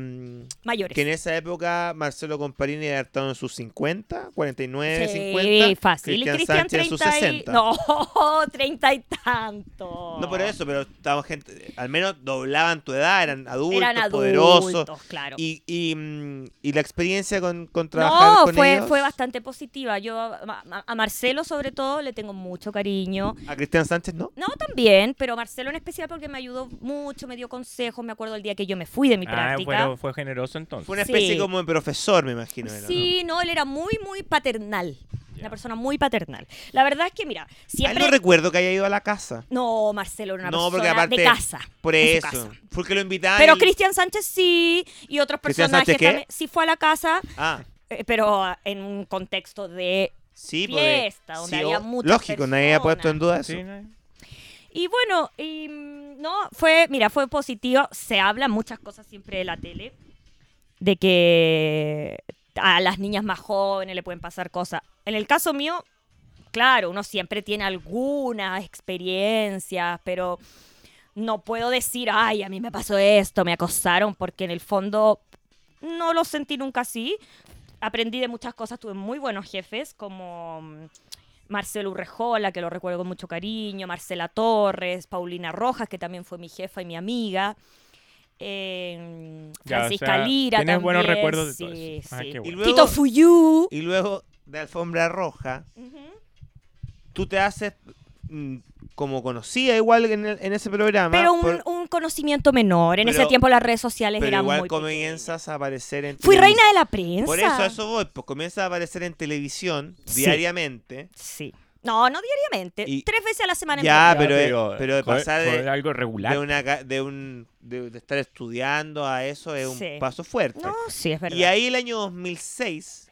G: mayores.
E: que en esa época Marcelo Comparini era estado en sus 50, 49,
G: Sí,
E: 50,
G: fácil.
E: Cristian,
G: y Cristian
E: Sánchez en sus
G: 30 y-
E: 60.
G: No, 30 y tanto.
E: No por eso, pero estaba gente, al menos doblaban tu edad, eran adultos,
G: Eran adultos,
E: poderosos.
G: claro.
E: Y, y, mm, y la experiencia con, con trabajar
G: no,
E: con
G: fue,
E: ellos,
G: fue bastante positiva. Yo a, a- a Marcelo sobre todo le tengo mucho cariño.
E: A Cristian Sánchez, ¿no?
G: No también, pero Marcelo en especial porque me ayudó mucho, me dio consejos. Me acuerdo el día que yo me fui de mi
H: Ah,
G: práctica.
H: bueno, fue generoso entonces.
E: Fue una especie
G: Sí.
E: como de profesor, me imagino. era, ¿no?
G: sí, no, él era muy, muy paternal. Una persona muy paternal. La verdad es que, mira,
E: Ay,
G: siempre...
E: Ah, no recuerdo que haya ido a la casa.
G: No, Marcelo era una
E: no, porque
G: persona
E: aparte.
G: de casa.
E: Por
G: en su
E: eso.
G: casa.
E: Fue que lo invitaron.
G: Pero
E: y-
G: Cristian Sánchez sí, y otros
E: ¿Cristian
G: personajes
E: Sánchez qué?
G: también. Sí fue a la casa,
E: Ah,
G: eh, pero ah, en un contexto de...
E: sí,
G: Fiesta,
E: porque.
G: donde había muchas
E: Lógico, nadie ha
G: personas.
E: puesto en duda eso.
H: Sí, ¿no?
G: Y bueno, y, mm, no, fue, mira, fue positivo. Se hablan muchas cosas siempre de la tele, de que a las niñas más jóvenes le pueden pasar cosas. En el caso mío, claro, uno siempre tiene algunas experiencias, pero no puedo decir, ay, a mí me pasó esto, me acosaron, porque en el fondo no lo sentí nunca así. Aprendí de muchas cosas, tuve muy buenos jefes, como mm, Marcelo Urrejola, que lo recuerdo con mucho cariño, Marcela Torres, Paulina Rojas, que también fue mi jefa y mi amiga. eh,
H: Ya, o
G: Francisca
H: sea,
G: Lira
H: tienes buenos
G: también,
H: recuerdos de todo
G: sí,
H: eso. Ah,
G: sí.
H: qué bueno.
E: Y luego-
G: Tito Fuyú.
E: Y luego, de alfombra roja,
G: Ujú.
E: tú te haces mm, como conocida igual en, el- en ese programa.
G: Pero un,
E: por-
G: un conocimiento menor. En
E: Ah, Pero-
G: ese tiempo las redes sociales
E: pero
G: eran
E: igual
G: muy
E: comienzas a aparecer en.
G: pequeñas. Fui
E: televisión.
G: reina de la prensa.
E: Por eso a eso voy, pues comienzas a aparecer en televisión
G: Sí.
E: diariamente.
G: Sí. No, no diariamente.
E: Y-
G: Tres veces a la semana en
E: Ya,
G: promedio.
E: Ah, pero, es- pero de
H: joder,
E: pasar de,
H: joder, algo regular.
E: de una ca- de un de, de estar estudiando a eso es un
G: Sí.
E: paso fuerte.
G: No, sí, es verdad.
E: y ahí el año 2006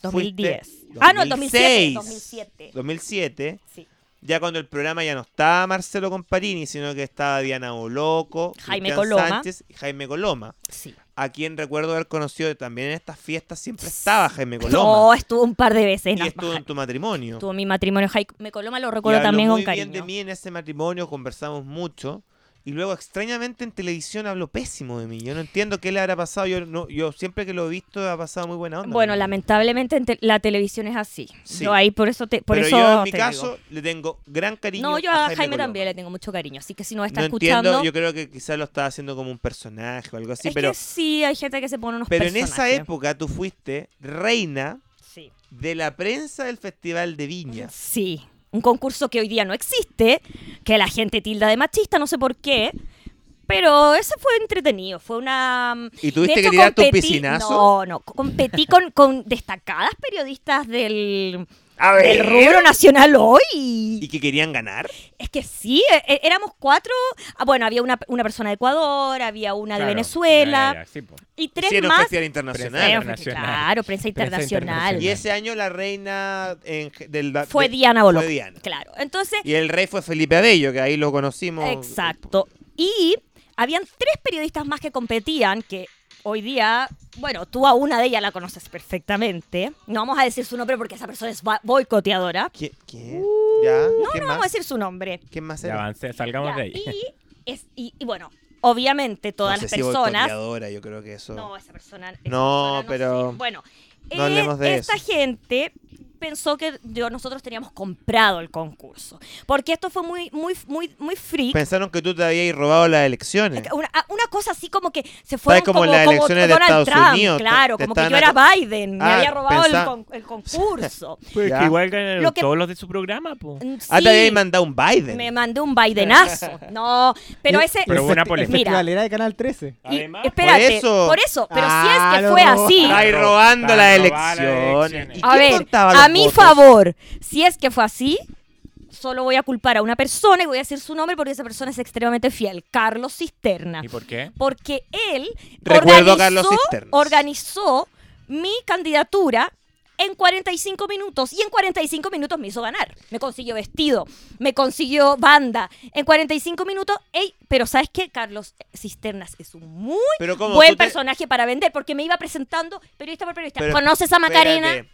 E: fuiste-
G: 2010. Ah, no, 2007.
E: 2006.
G: 2007.
E: 2007
G: Sí.
E: ya cuando el programa ya no estaba Marcelo Comparini, sino que estaba Diana Boloco,
G: Jaime
E: Cristian
G: Coloma.
E: Sánchez y Jaime Coloma,
G: sí.
E: a quien recuerdo haber conocido también en estas fiestas siempre estaba Jaime
G: No,
E: Coloma
G: estuvo un par de veces en
E: y estuvo en
G: Asmaja.
E: tu matrimonio.
G: Estuvo en mi matrimonio. Jaico- Me Coloma lo
E: Y
G: recuerdo
E: habló
G: también
E: muy
G: con
E: bien de
G: cariño.
E: mí en ese matrimonio, conversamos mucho. Y luego, extrañamente, en televisión habló pésimo de mí. Yo no entiendo qué le habrá pasado. Yo, no, yo siempre que lo he visto ha pasado muy buena onda.
G: Bueno,
E: conmigo.
G: lamentablemente en te- la televisión es así.
E: Sí.
G: Yo ahí por eso te por
E: Pero
G: eso
E: yo, en mi
G: te
E: caso,
G: digo.
E: le tengo gran cariño
G: No, yo
E: a
G: a
E: Jaime,
G: Jaime,
E: Coloma.
G: también le tengo mucho cariño, así que si nos está
E: No
G: escuchando,
E: entiendo, yo creo que quizás lo estaba haciendo como un personaje o algo así.
G: es
E: pero
G: que sí hay gente que se pone unos
E: pero en esa
G: personajes.
E: época tú fuiste reina
G: sí.
E: de la prensa del Festival de Viña.
G: Sí, un concurso que hoy día no existe, que la gente tilda de machista, no sé por qué. Pero ese fue entretenido, fue una... mm,
E: ¿Y tuviste
G: de
E: que tirarte un
G: competí-
E: piscinazo?
G: No, no, competí con, con destacadas periodistas del, del rubro nacional hoy.
E: ¿Y que querían ganar?
G: Es que sí, e- e- éramos cuatro. ah, Bueno, había una, una persona de Ecuador, había una
H: Claro,
G: de Venezuela
H: ya, ya, ya, sí, pues. po.
G: y tres
E: sí, era un
G: más.
E: festival
G: Era
E: internacional.
G: un
H: internacional.
G: festival, Claro, prensa internacional.
E: Y ese año la reina en ge- del, da-
G: Fue
E: de-
G: Diana Boloco.
E: fue Diana.
G: Claro, entonces
E: Y el rey fue Felipe Abello, que ahí lo conocimos.
G: Exacto. Y habían tres periodistas más que competían que hoy día, bueno, tú a una de ellas la conoces perfectamente. No vamos a decir su nombre porque esa persona es ba- boicoteadora.
E: ¿Qué? ¿Qué? ¿Ya?
G: Uh, No,
E: ¿Quién más?
G: no vamos a decir su nombre.
E: ¿Quién más
H: Ya
E: era?
H: avance, salgamos
G: Ya,
H: de ahí.
G: Y, es- y- y bueno, obviamente todas
E: No
G: las
E: sé si
G: personas...
E: boicoteadora, yo creo que eso.
G: No, esa persona... esa
E: No,
G: persona sé.
E: pero
G: Bueno, eh,
E: no hablemos de
G: esta
E: eso.
G: gente pensó que yo, nosotros teníamos comprado el concurso. Porque esto fue muy, muy, muy, muy freak.
E: Pensaron que tú te habías robado las elecciones.
G: Una, ah, una cosa así como que se fueron
E: como
G: como,
E: en las
G: como
E: elecciones de
G: Donald
E: Estados
G: Trump,
E: Unidos, te-
G: claro,
E: te
G: como que yo
E: estaban
G: era
E: aco-
G: Biden, me
E: Ah,
G: había robado el
E: pensá-
G: con- el, concurso.
H: Pues
E: Ya.
H: que igual ganaron
G: Lo que-
H: todos los de su programa, po.
G: Mm,
E: Ah, te
G: sí,
E: habías mandado un Biden.
G: me mandé un Bidenazo. No, pero ese
H: Pero
F: El
H: buena
F: festi- el
H: polémica.
F: festival era de Canal 13.
G: y-
H: Además-
G: espérate,
E: Por eso.
G: pero si
F: Ah,
G: es que
F: lo
G: fue
F: robó.
G: así.
E: Estáis
H: Está robando
E: robando las
H: las
E: elecciones.
H: elecciones.
E: ¿Y
G: A
E: quién
G: ver,
E: contaba los
G: a mi
E: votos?
G: favor, si es que fue así, solo voy a culpar a una persona y voy a decir su nombre porque esa persona es extremadamente fiel, Carlos Cisterna.
H: ¿Y por qué?
G: porque él
E: Recuerdo a
G: organizó,
E: Carlos Cisternas.
G: organizó mi candidatura en 45 minutos y en 45 minutos me hizo ganar. Me consiguió vestido, me consiguió banda. En 45 minutos, ey, pero ¿sabes qué? Carlos Cisternas es un muy
E: Pero como
G: buen
E: tú te-
G: personaje para vender porque me iba presentando periodista por periodista.
E: Pero
G: ¿Conoces a Macarena?
E: espérate,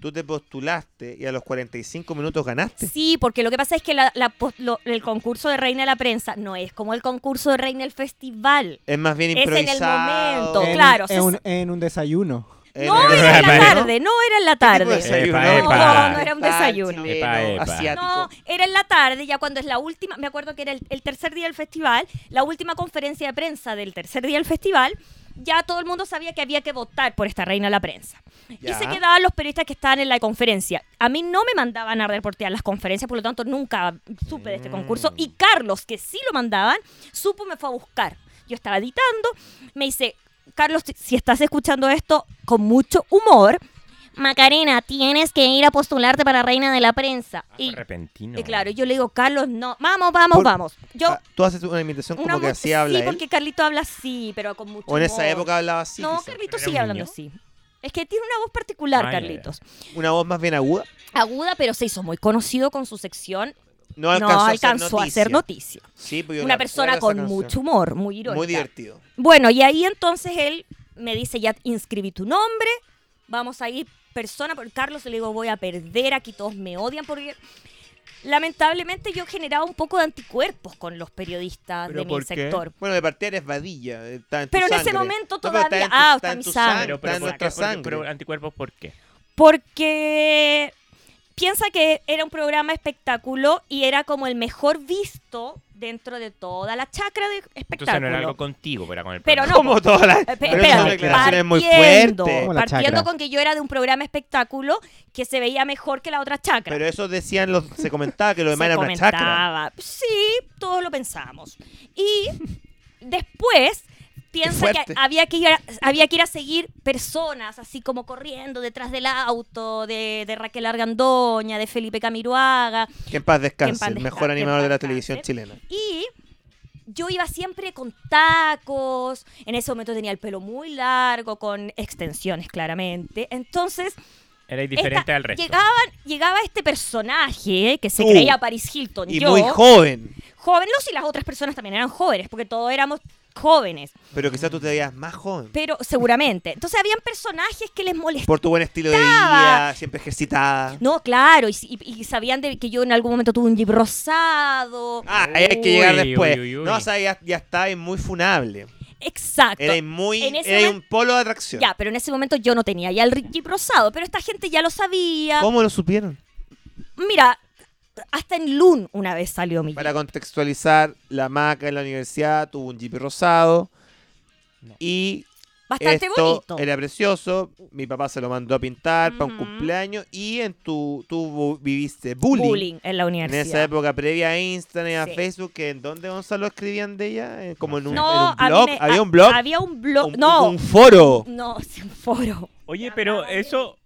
E: Tú te postulaste y a los 45 minutos ganaste.
G: Sí, porque lo que pasa es que la- la pos- lo- el concurso de Reina de la Prensa no es como el concurso de Reina del Festival.
E: Es más bien
G: Es en el
E: improvisado.
G: momento,
F: en,
G: claro,
F: En,
G: se-
F: un, en un desayuno.
E: Eh,
G: No, era en la
H: Bueno.
G: tarde, no era en
E: ¿Qué
G: la
E: tipo de
G: tarde.
E: desayuno?
H: Epa,
E: Eh,
H: epa.
G: No, no era un desayuno.
E: Chileno,
H: Epa, epa.
E: asiático.
G: No, era en la tarde, ya cuando es la última, me acuerdo que era el, el tercer día del festival, la última conferencia de prensa del tercer día del festival, ya todo el mundo sabía que había que votar por esta reina de la prensa. Y
E: Ya.
G: se quedaban los periodistas que estaban en la conferencia. A mí no me mandaban a reportear las conferencias, por lo tanto nunca supe de este concurso. Y Carlos, que sí lo mandaban, supo, me fue a buscar. Yo estaba editando, me dice, Carlos, si- si estás escuchando esto con mucho humor, Macarena, tienes que ir a postularte para reina de la prensa.
H: Ah, fue
G: y
H: repentino.
G: y claro, yo le digo, Carlos, no, vamos, vamos,
E: Por-
G: vamos. Yo,
E: Ah, Tú haces una imitación
G: una
E: como que
G: mu-
E: así habla
G: Sí,
E: él.
G: porque Carlito habla así, pero con mucho
E: O en esa
G: humor.
E: época hablaba así.
G: No,
E: quizá.
G: Carlito
H: ¿Era
G: sigue
H: un
G: hablando
H: niño?
G: así. Es que tiene una voz particular,
H: Ah, ya, ya.
G: Carlitos.
E: Una voz más bien aguda.
G: Aguda, pero se hizo muy conocido con su sección.
E: No
G: No
E: alcanzó,
G: alcanzó, a
E: noticia.
G: hacer noticia.
E: Sí, pues yo
G: Una
E: recuerdo
G: persona
E: esa
G: con
E: canción.
G: mucho humor, muy irónica.
E: Muy divertido.
G: Bueno, y ahí entonces él me dice, ya inscribí tu nombre, vamos a ir persona por Carlos, le digo, voy a perder, aquí todos me odian porque... Lamentablemente yo generaba un poco de anticuerpos con los periodistas
H: ¿Pero
G: de mi
H: por qué?
G: sector.
E: Bueno, de partida eres vadilla. está en tu
G: Pero en ese
E: sangre.
G: momento
E: No, pero está
G: todavía-
E: en tu-
G: ah,
E: está
G: está
E: en
G: mi
E: tu
G: sangre.
E: sangre.
H: Pero, pero,
E: Está en
H: ¿por qué?
E: nuestra
H: ¿Por qué? Pero
E: sangre.
H: anticuerpos, ¿por qué?
G: Porque piensa que era un programa espectáculo y era como el mejor visto dentro de toda la chacra de
H: Entonces no
G: espectáculo.
H: era algo contigo, pero con el
G: Pero
H: programa.
G: no,
E: Como todas las.
G: Eh, pe-
E: Pero
G: espérate,
E: son declaraciones muy
G: partiendo,
E: fuertes.
F: Como la
G: Partiendo
F: chacra.
G: con que yo era de un programa espectáculo que se veía mejor que la otra chacra.
E: Pero eso decían, los, se comentaba que lo demás
G: se
E: era una chacra.
G: comentaba. Sí, todos lo pensamos. Y después piensa que
E: fuerte.
G: había que, ir a, había que ir a seguir personas, así como corriendo detrás del auto, de, de Raquel Argandoña, de Felipe Camiruaga.
E: Que en paz descanse,
G: Que en paz
E: el
G: desca-
E: mejor
G: que
E: animador
G: en
E: de la
G: paz
E: televisión
G: descanse.
E: chilena.
G: Y yo iba siempre con tacos, en ese momento tenía el pelo muy largo, con extensiones claramente. Entonces,
D: Era diferente
G: esta-
D: al resto.
G: Llegaban, llegaba este personaje eh, que se
E: Tú.
G: creía Paris Hilton.
E: Uh, Y
G: yo,
E: muy joven.
G: joven, los y las otras personas también eran jóvenes, porque todos éramos jóvenes,
E: Pero quizás tú te veías más joven.
G: pero seguramente. Entonces habían personajes que les molestaban.
E: Por tu buen estilo de vida, siempre ejercitada.
G: No, claro, y, y- y sabían de que yo en algún momento tuve un jeep rosado.
E: Ah, ahí hay que llegar
D: Uy,
E: después.
D: uy, uy.
E: No, o sea, ya, ya estabais muy funable.
G: Exacto.
E: Erais muy.
G: En ese
E: erais
G: momento-
E: un polo de atracción.
G: Ya, pero en ese momento yo no tenía ya el jeep rosado, pero esta gente ya lo sabía.
E: ¿Cómo lo supieron?
G: Mira, hasta en Loon una vez salió mi jeep.
E: Para contextualizar, la maca en la universidad tuvo un jeep rosado. Y
G: Bastante
E: esto
G: bonito.
E: era precioso. Mi papá se lo mandó a pintar para un
G: Ujú.
E: cumpleaños. Y en tu, tú bu- viviste bullying.
G: Bullying en la
E: En
G: universidad.
E: esa época previa a Instagram y a
G: Sí.
E: Facebook, que ¿en dónde Gonzalo escribían de ella? Eh, Como en un,
G: No,
E: en un
G: a mí
E: blog.
G: me-
E: había
G: a-
E: un blog.
G: Había un blog.
E: un-
G: no,
E: un foro.
G: no, sin foro.
H: Oye, pero eso.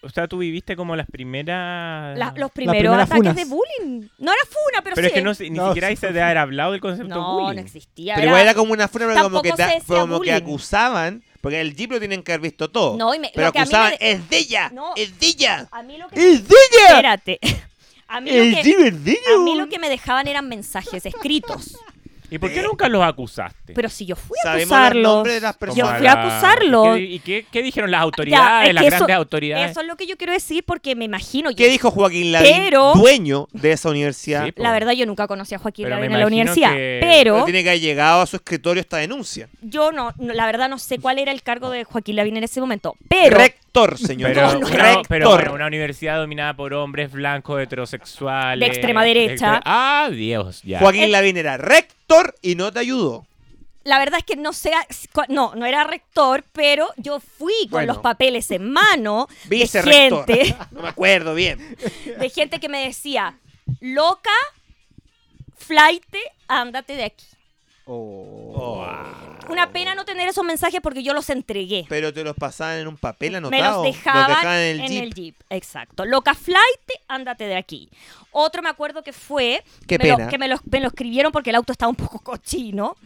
H: O sea, tú viviste como las primeras.
G: La- los
F: primeras
G: primeros ataques
F: funas.
G: de bullying. No era funa, pero,
H: Pero es
G: sí.
H: que no, se- ni
F: No,
H: siquiera
F: sí.
H: ahí se debe haber hablado del concepto
G: no,
H: bullying.
G: no existía.
E: Pero
G: era-
E: igual era como una forma pero como
G: Tampoco
E: que, ta-
G: se decía
E: como que
G: bullying.
E: acusaban, porque el Jeep lo tienen que haber visto todo.
G: No, y me-
E: pero
G: lo que a mí
E: acusaban,
G: me de-
E: es de ella,
G: No.
E: es de ella,
G: A mí lo que.
E: es de ella,
G: Espérate. A mí,
E: el
G: lo que,
E: Jeep es de ella.
G: a mí lo que me dejaban eran mensajes escritos.
H: ¿Y
E: Eh.
H: por qué nunca los acusaste?
G: Pero si yo fui a
E: Sabemos los
G: acusarlos.
E: nombres de las
H: Como
G: yo
E: personas.
G: fui a
H: la-
G: acusarlos.
H: ¿Y qué, y qué- qué dijeron las
G: Ya,
H: autoridades,
G: es
H: las
G: que
H: grandes
G: eso-
H: autoridades?
G: Eso es lo que yo quiero decir porque me imagino.
E: ¿Qué
G: yo-
E: dijo Joaquín Lavín,
G: Pero-
E: dueño de esa universidad?
H: Sí, po.
G: La verdad, yo nunca conocí a Joaquín
H: Pero me
G: Lavín en la
H: imagino
G: universidad.
H: que-
E: Pero
G: Pero
E: tiene que haber llegado a su escritorio esta denuncia.
G: yo no, no- la verdad, no sé cuál era el cargo de Joaquín Lavín en ese momento. Pero.
E: Rector, señor.
H: Pero,
G: No, no,
H: una,
E: Rector.
H: pero bueno, una universidad dominada por hombres blancos heterosexuales.
G: De extrema derecha.
H: extre- ah, Dios, ya.
E: Joaquín Lavín era rector y no te ayudó.
G: La verdad es que no sea, no, no era rector, pero yo fui con
E: Bueno.
G: los papeles en mano de
E: Vicerrector.
G: gente,
E: No me acuerdo bien.
G: de gente que me decía, loca, flaite, ándate de aquí.
E: Oh,
G: Una pena no tener esos mensajes porque yo los entregué.
E: Pero te los pasaban en un papel anotado.
G: Me los dejaban,
E: en el Jeep.
G: Exacto. Loca flight, ándate de aquí. Otro me acuerdo que fue
E: Qué
G: me lo-
E: pena.
G: que me lo, me lo escribieron porque el auto estaba un poco cochino.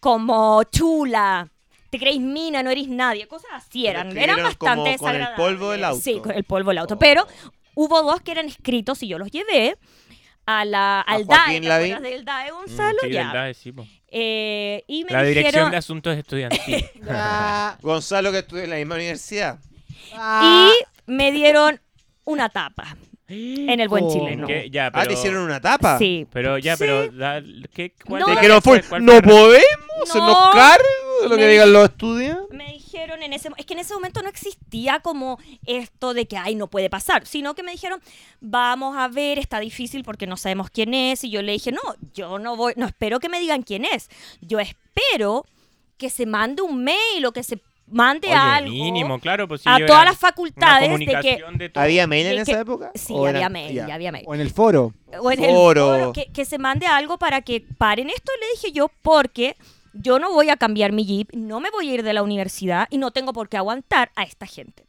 G: Como chula. Te creéis mina, no eres nadie. Cosas así
E: Te lo
G: eran. Eran
E: escribieron
G: bastante
E: como con el
G: desagradables.
E: polvo del auto.
G: Sí, con el polvo del auto.
E: Oh.
G: Pero hubo dos que eran escritos y yo los llevé a la, al DAE.
E: Joaquín
G: ¿te
E: Lavín?
G: acuerdas del DAE,
H: Mm,
G: Gonzalo?
H: sí,
G: Ya.
H: verdad, sí, po.
G: Eh, y me
H: La dirección
G: dijeron...
H: de asuntos estudiantiles.
F: Ah,
E: Gonzalo que estudió en la misma universidad.
F: ah.
G: Y me dieron una tapa en el buen
F: Oh.
G: chileno.
H: ¿Qué? Ya, pero,
E: Ah, te hicieron una tapa.
G: Sí.
H: Pero ya,
G: Sí.
H: pero. da- ¿qué, cuál
G: No.
H: fue-
G: Te
E: Que no fue-
H: cuál
E: no
H: fue-
E: podemos
G: No.
E: hacernos cargo de lo que
G: Me-
E: digan los estudiantes.
G: Me dijeron en ese es que en ese momento no existía como esto de que ay no puede pasar, sino que me dijeron, "Vamos a ver, está difícil porque no sabemos quién es." Y yo le dije, "No, yo no voy, no espero que me digan quién es. Yo espero que se mande un mail o que se mande
H: Oye,
G: algo
H: mínimo, claro, pues si
G: a
H: yo
G: todas
H: era
G: las
H: una
G: facultades de que
H: comunicación de todo.
E: ¿Había mail en
G: de
E: esa
G: que-
E: época?
G: Sí,
E: ¿O
G: había
E: eran-
G: mail,
E: ya.
G: había mail.
F: O en el foro.
G: o en el
E: Foro.
G: foro, que, que se mande algo para que paren esto, le dije yo, porque yo no voy a cambiar mi jeep, no me voy a ir de la universidad y no tengo por qué aguantar a esta gente.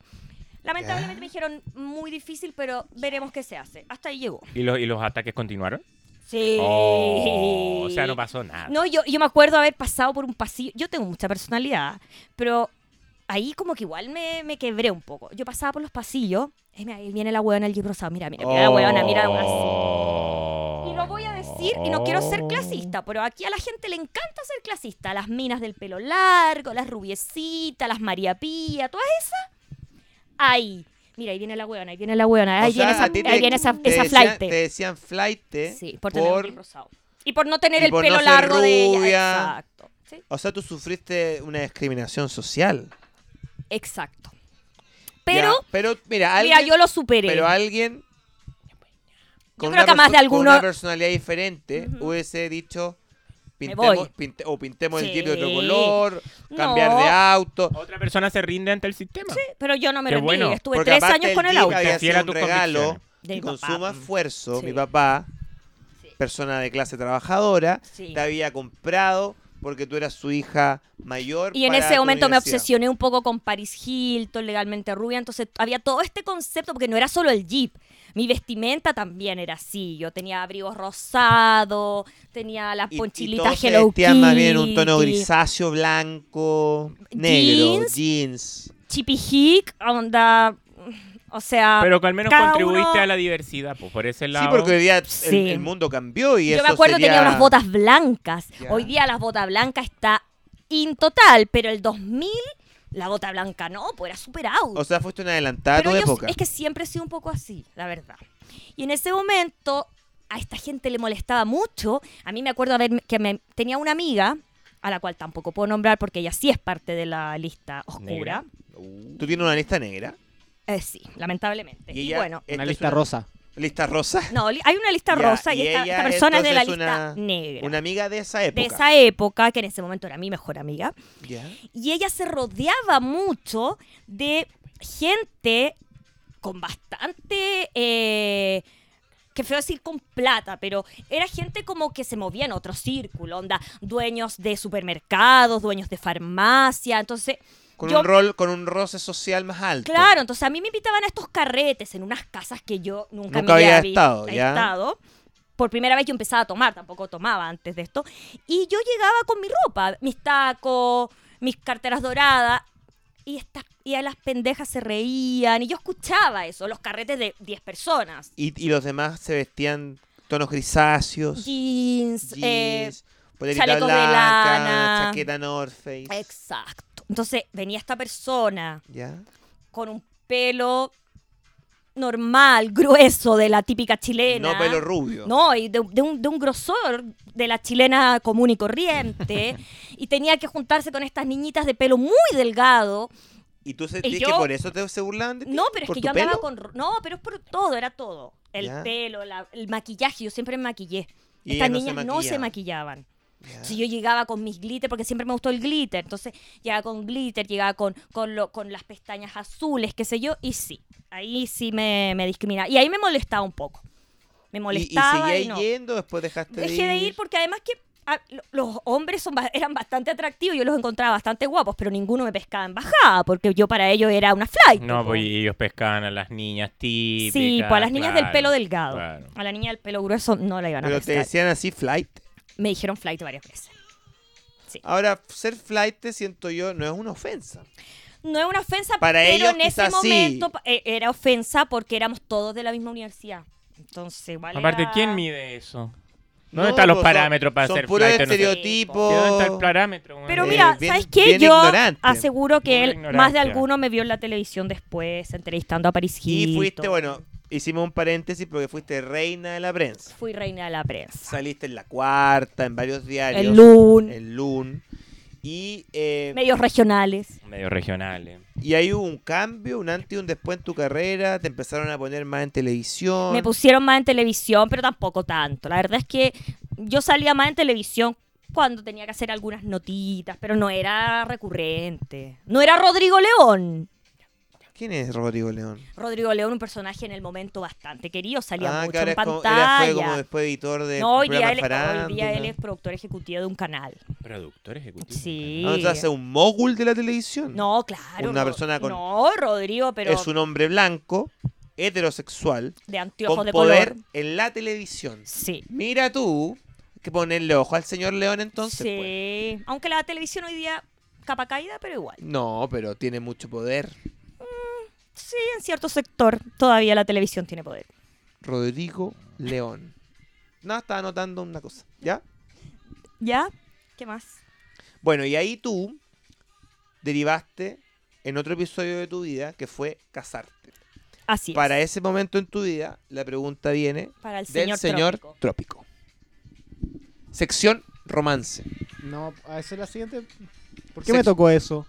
G: Lamentablemente me dijeron muy difícil, pero veremos qué se hace. Hasta ahí llegó.
H: ¿Y, los, ¿Y los ataques continuaron?
G: Sí.
H: Oh, o sea, no pasó nada.
G: No, yo, yo me acuerdo haber pasado por un pasillo. Yo tengo mucha personalidad, pero ahí como que igual me, me quebré un poco. Yo pasaba por los pasillos. y mira, ahí viene la huevona el jeep rosado. Mira, mira, mira la huevona, mira así.
H: Oh.
G: Y lo voy a decir, y no quiero ser clasista, pero aquí a la gente le encanta ser clasista. Las minas del pelo largo, las rubiecitas, las María Pía, todas esas. Ahí. Mira, ahí viene la hueona, ahí viene la hueona, ahí
E: O sea,
G: viene esa,
E: a ti te-
G: ahí viene esa,
E: te decían-
G: esa
E: Te
G: flight.
E: decían flight. eh,
G: Sí, por tener el pelo rosado. Y por no tener
E: y
G: el
E: por no
G: pelo
E: ser
G: largo de ella.
E: rubia.
G: Exacto. Sí,
E: O sea, tú sufriste una discriminación social.
G: Exacto. Pero,
E: Ya, pero mira,
G: mira,
E: alguien,
G: yo lo superé.
E: pero alguien con,
G: creo
E: una
G: que más de
E: perso- con
G: alguno-
E: una personalidad diferente
G: Ujú.
E: hubiese dicho
G: Me
E: pintemos,
G: voy.
E: pinte- o pintemos el
G: Sí.
E: jeep de otro color, cambiar
G: No.
E: de auto.
H: Otra persona se rinde ante el sistema.
G: pero yo no me
H: Qué
G: rendí.
H: bueno,
G: Estuve
E: Porque
G: tres
E: aparte
G: años con el
E: Jeep
G: auto.
E: Había
H: Fiel a
E: sido un
H: tus
E: regalo
H: convicciones.
G: De mi
E: con
G: papá.
E: sumo esfuerzo.
G: Sí.
E: Mi papá,
G: Sí.
E: persona de clase trabajadora,
G: Sí.
E: te había comprado porque tú eras su hija mayor.
G: Y en
E: para
G: ese
E: tu
G: momento me
E: universidad.
G: obsesioné un poco con Paris Hilton, legalmente rubia. Entonces había todo este concepto, porque no era solo el jeep. Mi vestimenta también era así. Yo tenía abrigos rosados, tenía las
E: Y- y
G: ponchilitas
E: todos se
G: Hello Kitty.
E: vestían más bien en un tono grisáceo, blanco, negro,
G: Jeans.
E: jeans.
G: Chippy Hick, onda. O sea.
H: Pero que al menos
G: Ah, cada
H: contribuiste
G: uno-
H: a la diversidad, pues por ese lado.
E: Sí, porque hoy día el- el,
G: Sí.
E: mundo cambió y
G: Yo
E: eso
G: me acuerdo
E: sería-
G: tenía unas botas blancas.
E: Ya.
G: Hoy día las botas blancas está in total, pero el 2000 la bota blanca no, pues era super out.
E: O sea, fuiste una adelantada
G: Pero
E: a tu
G: yo s-
E: época.
G: es que siempre he sido un poco así, la verdad. Y en ese momento a esta gente le molestaba mucho. A mí me acuerdo haber- que me, tenía una amiga, a la cual tampoco puedo nombrar porque ella sí es parte de la lista oscura.
H: Negra.
E: Tú tienes una lista negra.
G: Eh, sí, lamentablemente.
E: Y
G: Y,
E: ella-
G: bueno,
E: Esta
F: Una
E: es
F: lista
E: una-
F: rosa.
E: ¿Lista rosa?
G: no, li- hay una lista
E: Ya,
G: rosa y,
E: y
G: esta,
E: ella
G: esta persona es de la
E: entonces
G: lista
E: una-
G: negra.
E: Una amiga de esa época.
G: de esa época, que en ese momento era mi mejor amiga.
E: Ya.
G: y ella se rodeaba mucho de gente con bastante, eh, que feo decir con plata, pero era gente como que se movía en otro círculo, onda, dueños de supermercados, dueños de farmacia, entonces...
E: Con
G: yo-
E: un rol, con un roce social más alto.
G: Claro, entonces a mí me invitaban a estos carretes en unas casas que yo nunca,
E: Nunca
G: me
E: había
G: vi-
E: estado, ya.
G: estado. Por primera vez yo empezaba a tomar, tampoco tomaba antes de esto. Y yo llegaba con mi ropa, mis tacos, mis carteras doradas. Y, estas y a las pendejas se reían. Y yo escuchaba eso, los carretes de 10 personas.
E: Y, y los demás se vestían tonos grisáceos,
G: Jeans, eh,
E: jeans, polerita
G: chalecos de
E: blanca,
G: lana.
E: chaqueta North Face.
G: exacto. Entonces venía esta persona
E: ¿Ya?
G: con un pelo normal, grueso, de la típica chilena.
E: No pelo rubio.
G: No, y de, de un, de un grosor de la chilena común y corriente. y tenía que juntarse con estas niñitas de pelo muy delgado.
E: ¿Y tú sentías
G: Eh, yo-
E: que por eso te, se burlaban de ti?
G: No, pero es
E: ¿Por
G: que
E: tu
G: yo andaba
E: pelo?
G: con... ro- No, pero es por todo, era todo. El
E: Ya.
G: pelo, la- el maquillaje, yo siempre me maquillé.
E: Y ellas
G: Estas
E: no se Ah.
G: niñas no se
E: maquillaban.
G: maquillaban.
E: Ya.
G: Si yo llegaba con mis glitter, porque siempre me gustó el glitter, entonces llegaba con glitter, llegaba con, con, lo- con las pestañas azules, qué sé yo, y sí, ahí sí me, me discriminaba. Y ahí me molestaba un poco. Me
E: Y-
G: molestaba.
E: Y,
G: y no.
E: seguías yendo, después dejaste de ir.
G: Dejé de ir porque además que ah, lo- los hombres son, ba- eran bastante atractivos, yo los encontraba bastante guapos, pero ninguno me pescaba en bajada, porque yo para ellos era una fly.
H: No, pues y ellos pescaban a las niñas típicas.
G: Sí, pues a las niñas del
H: claro,
G: pelo delgado.
H: claro.
G: A la niña del pelo grueso no la iban a
E: Pero te
G: pescar.
E: decían así flight.
G: Me dijeron flight varias veces.
E: Ahora, ser flight, siento yo, no es una ofensa.
G: No es una ofensa,
E: Para
G: pero
E: ellos
G: en ese
E: quizás sí.
G: momento pa- eh, era ofensa porque éramos todos de la misma universidad. Entonces, ah. igual
H: Aparte,
G: era-
H: ¿quién mide eso? ¿Dónde están los
E: pues, son-
H: parámetros para
E: son
H: ser
E: puros
H: flight o no ser?
E: estereotipos.
H: ¿Dónde está el parámetro?
G: Pero
E: Eh,
G: mira,
E: bien-
G: ¿sabes qué?
E: bien
G: Yo
E: ignorante.
G: aseguro
H: Pura
G: que él- más de
H: ignorancia.
G: alguno me vio en la televisión después, entrevistando a Paris Hilton.
E: Y fuiste, bueno, hicimos un paréntesis porque fuiste reina de la prensa.
G: Fui reina de la prensa.
E: Saliste en La Cuarta, en varios eh, diarios.
G: El LUN,
E: El LUN. Y, eh,
G: medios regionales.
H: Medio regionales.
E: y ahí hubo un cambio, un antes y un después en tu carrera. Te empezaron a poner más en televisión.
G: Me pusieron más en televisión, pero tampoco tanto. La verdad es que yo salía más en televisión cuando tenía que hacer algunas notitas, pero no era recurrente. No era Rodrigo León.
E: ¿Quién es Rodrigo León?
G: Rodrigo León, un personaje en el momento bastante querido, salía mucho en
E: Ah, es como- era- fue como
G: pantalla.
E: después editor de
G: No, hoy
E: programa
G: día, él, hoy día él
E: Farándula.
G: es productor ejecutivo de un canal.
H: Productor ejecutivo.
G: Sí.
E: Ah, entonces hace un mogul de la televisión.
G: No, claro.
E: Una
G: Ro-
E: persona con-
G: No, Rodrigo, pero
E: Es un hombre blanco, heterosexual,
G: de anteojos
E: con
G: de
E: poder
G: color.
E: en la televisión.
G: Sí.
E: Mira tú, hay que ponerle ojo al señor León entonces. pues.
G: sí. Aunque la televisión hoy día capa caída, pero igual.
E: No, pero tiene mucho poder.
G: Sí, en cierto sector todavía la televisión tiene poder.
E: Rodrigo León. No, estaba anotando una cosa, ¿ya?
G: ¿Ya? ¿Qué más?
E: Bueno, y ahí tú derivaste en otro episodio de tu vida que fue casarte.
G: Así es.
E: Para ese momento en tu vida, la pregunta viene
G: Para el
E: del
G: señor,
E: señor
G: Trópico.
E: trópico. Sección romance.
F: No, a eso es la siguiente. ¿Por qué
E: Sexo.
F: me tocó eso?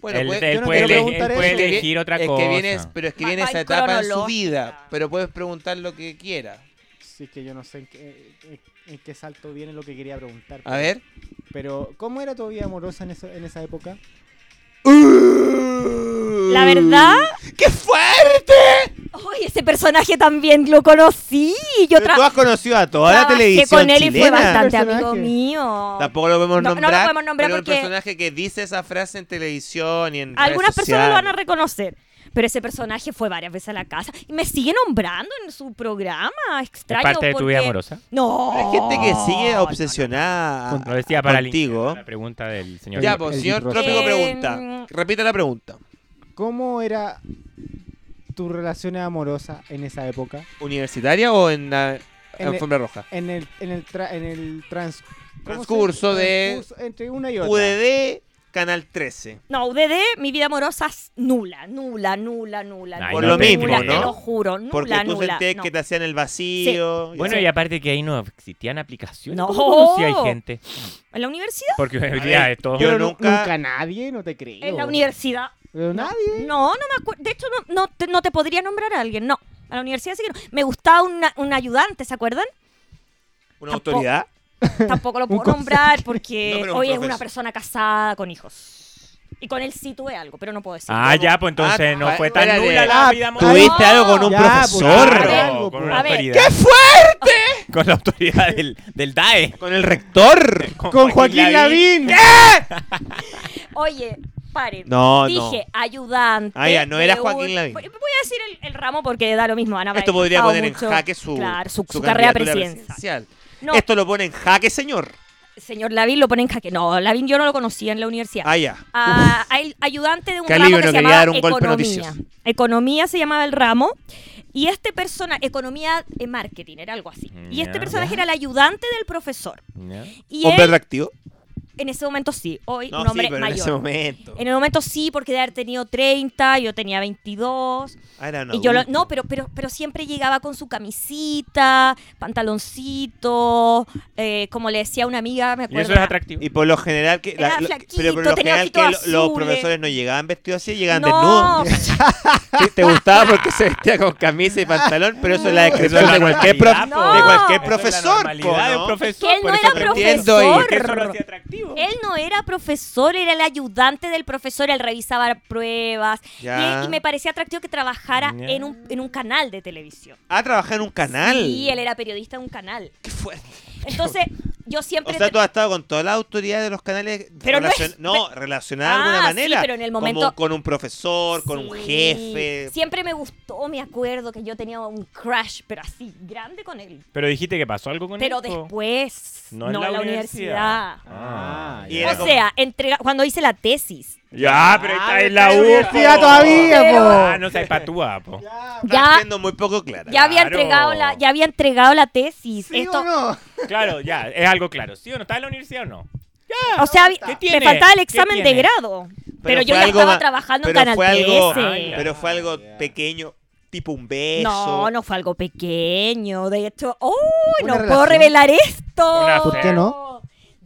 E: Bueno,
H: él,
E: pues-
H: él
F: yo no
H: puede,
F: quiero
H: ele-
F: preguntar
H: él puede
F: eso. Es que
H: elegir otra
E: es
H: cosa.
E: que vienes, pero es que
G: Va-
E: viene
G: va
E: esa
G: en
E: etapa en su
G: cronológica.
E: vida, pero puedes preguntar lo que quieras.
F: Sí, que yo no sé en qué, en- en qué salto viene lo que quería preguntar.
E: A ver.
F: Pero, ¿cómo era tu vida amorosa en, esa- en esa época?
G: La verdad,
E: ¡Qué fuerte!
G: oye, ese personaje también lo conocí. Yo
E: Pero tú has conocido a toda la
G: trabajé
E: televisión
G: con él y fue
E: chilena.
G: bastante
F: Personaje.
G: amigo mío.
E: Tampoco lo podemos
G: No, no lo
E: nombrar.
G: podemos nombrar
E: pero
G: porque-
E: el personaje que dice esa frase en televisión y en
G: Algunas
E: redes
G: personas lo van a
E: sociales.
G: reconocer. Pero ese personaje fue varias veces a la casa y me sigue nombrando en su programa. Extraño.
H: parte de tu vida
G: porque-
H: amorosa?
G: No.
E: Hay gente que sigue
G: no, no.
E: obsesionada
H: Lo decía para
E: contigo.
H: alinear la pregunta del señor.
E: Ya,
H: López.
E: pues,
F: El
E: señor
F: Big
E: Trópico
G: Brother.
E: pregunta.
G: Eh, Em,
E: Repite la pregunta.
F: ¿Cómo era tu relación amorosa en esa época?
E: ¿Universitaria o en la
F: En el-
E: alfombra roja?
F: En el, en el, tra- en el trans- ¿cómo se-
E: Transcurso de-
F: transcurso entre una y otra.
E: UDD, Canal 13.
G: No, UDD, mi vida amorosa es nula, nula, nula, nula.
H: Ay,
G: nula,
E: Por
H: no
E: lo
H: te
E: mismo,
G: nula,
H: creo.
G: Te lo
E: ¿no?
G: juro, nula,
E: Porque tú
G: nula.
E: sentías
G: Mm, no.
E: que te hacían el vacío.
H: Bueno, y aparte que ahí no existían aplicaciones.
G: No.
H: ¿Cómo conocías gente?
G: ¿En la universidad?
H: Porque
E: A
H: hoy
E: ver,
H: día esto.
E: yo
F: Pero nu-
E: nunca-
F: nunca... nadie, no te creo.
G: En la universidad.
F: Pero
G: No,
F: nadie.
G: No, no me acuerdo. De hecho, no, no te, no te podría nombrar a alguien, no. A la universidad sí que no. Me gustaba una- un ayudante, ¿se acuerdan?
E: ¿Una
G: tampoco-
E: autoridad?
G: Tampoco lo
F: Un
G: puedo nombrar porque
E: No, pero un
G: hoy es una
E: profesor.
G: persona casada con hijos. Y con él sí tuve algo, pero no puedo decir.
H: Ah, ya, pues entonces
E: Ah,
H: no fue
E: espérate.
H: tan nula la
F: Ah,
H: vida amorosa.
G: tuviste-
E: ¿Tuviste algo con un
F: Ya,
E: profesor?
F: pues,
G: A ver,
H: Claro, con una
G: a ver.
H: autoridad.
E: ¡Qué fuerte!
H: Con la autoridad del, del DAE.
E: Con el rector.
F: Con Joaquín Lavín.
G: Oye, paren.
E: No, no.
G: Dije ayudante.
E: Ah, ya, no era
G: de
E: Joaquín Lavín.
G: Voy a decir el, el ramo porque da lo mismo. Ana
E: Esto
G: Báez,
E: podría
G: ha
E: poner en
G: mucho-
E: jaque su,
G: claro, su,
E: su
G: su carrera
E: candidatura
G: presidencial. No,
E: Esto lo pone en jaque, señor.
G: señor Lavín lo pone en jaque. No, Lavín yo no lo conocía en la universidad.
E: Ah, ya.
G: a- al ayudante de un
E: Qué
G: ramo
E: alivio,
G: que
E: no
G: se
E: quería
G: llamaba
E: dar un golpe
G: economía.
E: noticioso.
G: economía se llamaba el ramo y este persona economía eh, marketing era algo así. Y este
H: Ya.
G: personaje era el ayudante del profesor
H: Ya.
G: y
E: ¿Hombre
G: él
E: reactivo?
G: en ese momento sí, hoy
E: Oh, No,
G: un hombre
E: sí, pero en ese
G: mayor.
E: momento.
G: En el momento sí, porque de haber tenido 30, yo tenía 22.
E: Ah, era un
G: y yo lo-
E: adulto.
G: no, pero, pero, pero siempre llegaba con su camisita, pantaloncito, eh, como le decía una amiga, me
H: Y
G: acuerdo.
H: eso es atractivo.
E: Y por lo general que.
G: Era
E: lo-
G: flaquito,
E: pero por lo
G: tenía
E: general que
G: ojitos
E: lo- los
G: azules.
E: profesores no llegaban vestidos así, llegaban
G: no,
E: desnudos. Sí, te gustaba porque se vestía con camisa y pantalón, pero eso es la descripción
H: Eso es
E: de
H: la
E: cualquier,
H: normalidad,
E: prof-
G: po.
E: de
G: No.
E: cualquier
H: Eso es la
E: profesor. po,
H: normalidad de un
E: ¿no?
H: profesor,
G: que él
H: por
G: no
H: eso
G: era
H: te-
E: lo entiendo, y
G: profesor.
H: que eso lo hacía atractivo.
G: Él no era profesor, era el ayudante del profesor, él revisaba pruebas. Y,
E: Ya.
G: y me parecía atractivo que trabajara
H: Ya.
G: en, un, en un canal de televisión.
E: Ah, trabajaba en un canal.
G: Sí, él era periodista de un canal.
E: Qué fuerte.
G: Entonces, yo
E: O
G: siempre...
E: sea, tú has estado con toda la autoridad de los canales
G: Pero no es-
E: relacion- no, relacionada de
G: Ah,
E: alguna
G: sí,
E: manera.
G: pero en el
E: Como
G: momento-
E: con un profesor, con un
G: Sí.
E: jefe.
G: Siempre me gustó, me acuerdo que yo tenía un crush, pero así, grande con él.
H: Pero dijiste que pasó algo con él.
G: Pero
H: po.
G: después, no, en la, universidad.
H: Ah,
E: Y
H: ya.
E: era
G: O sea, entrega- cuando hice la tesis,
H: Ya, pero está en la
F: Ah,
H: U.
F: universidad
H: po.
F: todavía, po.
H: Ah, no sé, patúa, po.
E: Está
G: ya,
E: siendo muy poco clara.
G: ya había
H: claro.
G: entregado la, ya había entregado la tesis.
F: ¿Sí
G: Esto,
F: o no?
H: Claro, ya, es algo claro. ¿Sí o no? ¿Está en la universidad o no?
G: O sea, vi-
H: ¿Qué
G: me
H: tiene?
G: faltaba el
H: ¿Qué
G: examen de
H: tiene?
G: grado. Pero,
E: fue
G: yo ya
E: algo
G: estaba
E: ma-
G: trabajando en
E: pero
G: Canal
E: fue algo-
G: 13.
H: Ah, ya.
E: Pero fue algo pequeño, tipo un beso.
G: no, no fue algo pequeño. De hecho, ¡oh!
F: ¿Una
G: No puedo
F: relación?
G: revelar esto.
H: Una Oh, ¿Por
F: qué fe- no?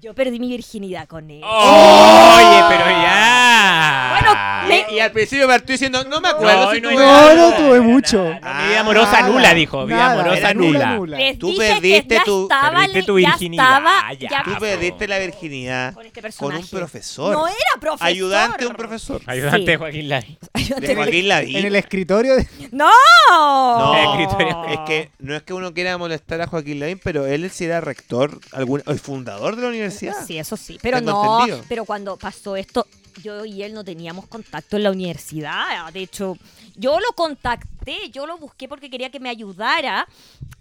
G: Yo perdí mi virginidad con él.
H: Oye, pero ya.
G: Bueno,
E: Y, y al principio partió diciendo, no me acuerdo
H: No,
E: si
H: no
E: tuve
H: hay
E: algo.
H: nada.
F: No, no tuve mucho.
H: Mi vida amorosa
F: Nada,
H: nula, dijo. Vida
F: nada,
H: amorosa
F: era
H: nula.
G: Les
E: Tú
G: dije
E: perdiste
G: que ya
E: tu-
G: estaba,
H: perdiste
G: le-
H: tu
G: ya
H: virginidad,
G: estaba-
H: ya.
G: ya-
E: Tú perdiste la virginidad
G: con este
E: con
G: personaje.
E: un profesor.
G: No era profesor.
E: Ayudante de un profesor.
H: Ayudante
G: Sí.
H: Joaquín Lai.
G: Ayudante
E: De Joaquín Lavín.
F: En el escritorio de...
G: ¡No! Oh.
E: No,
H: escritorio.
E: Es que no es que uno quiera molestar a Joaquín Lavín, pero él sí era rector, algún, el fundador de la universidad.
G: Sí, eso sí. Pero
E: Tengo
G: no,
E: entendido.
G: pero cuando pasó esto, yo y él no teníamos contacto en la universidad. Ah, De hecho, yo lo contacté, yo lo busqué porque quería que me ayudara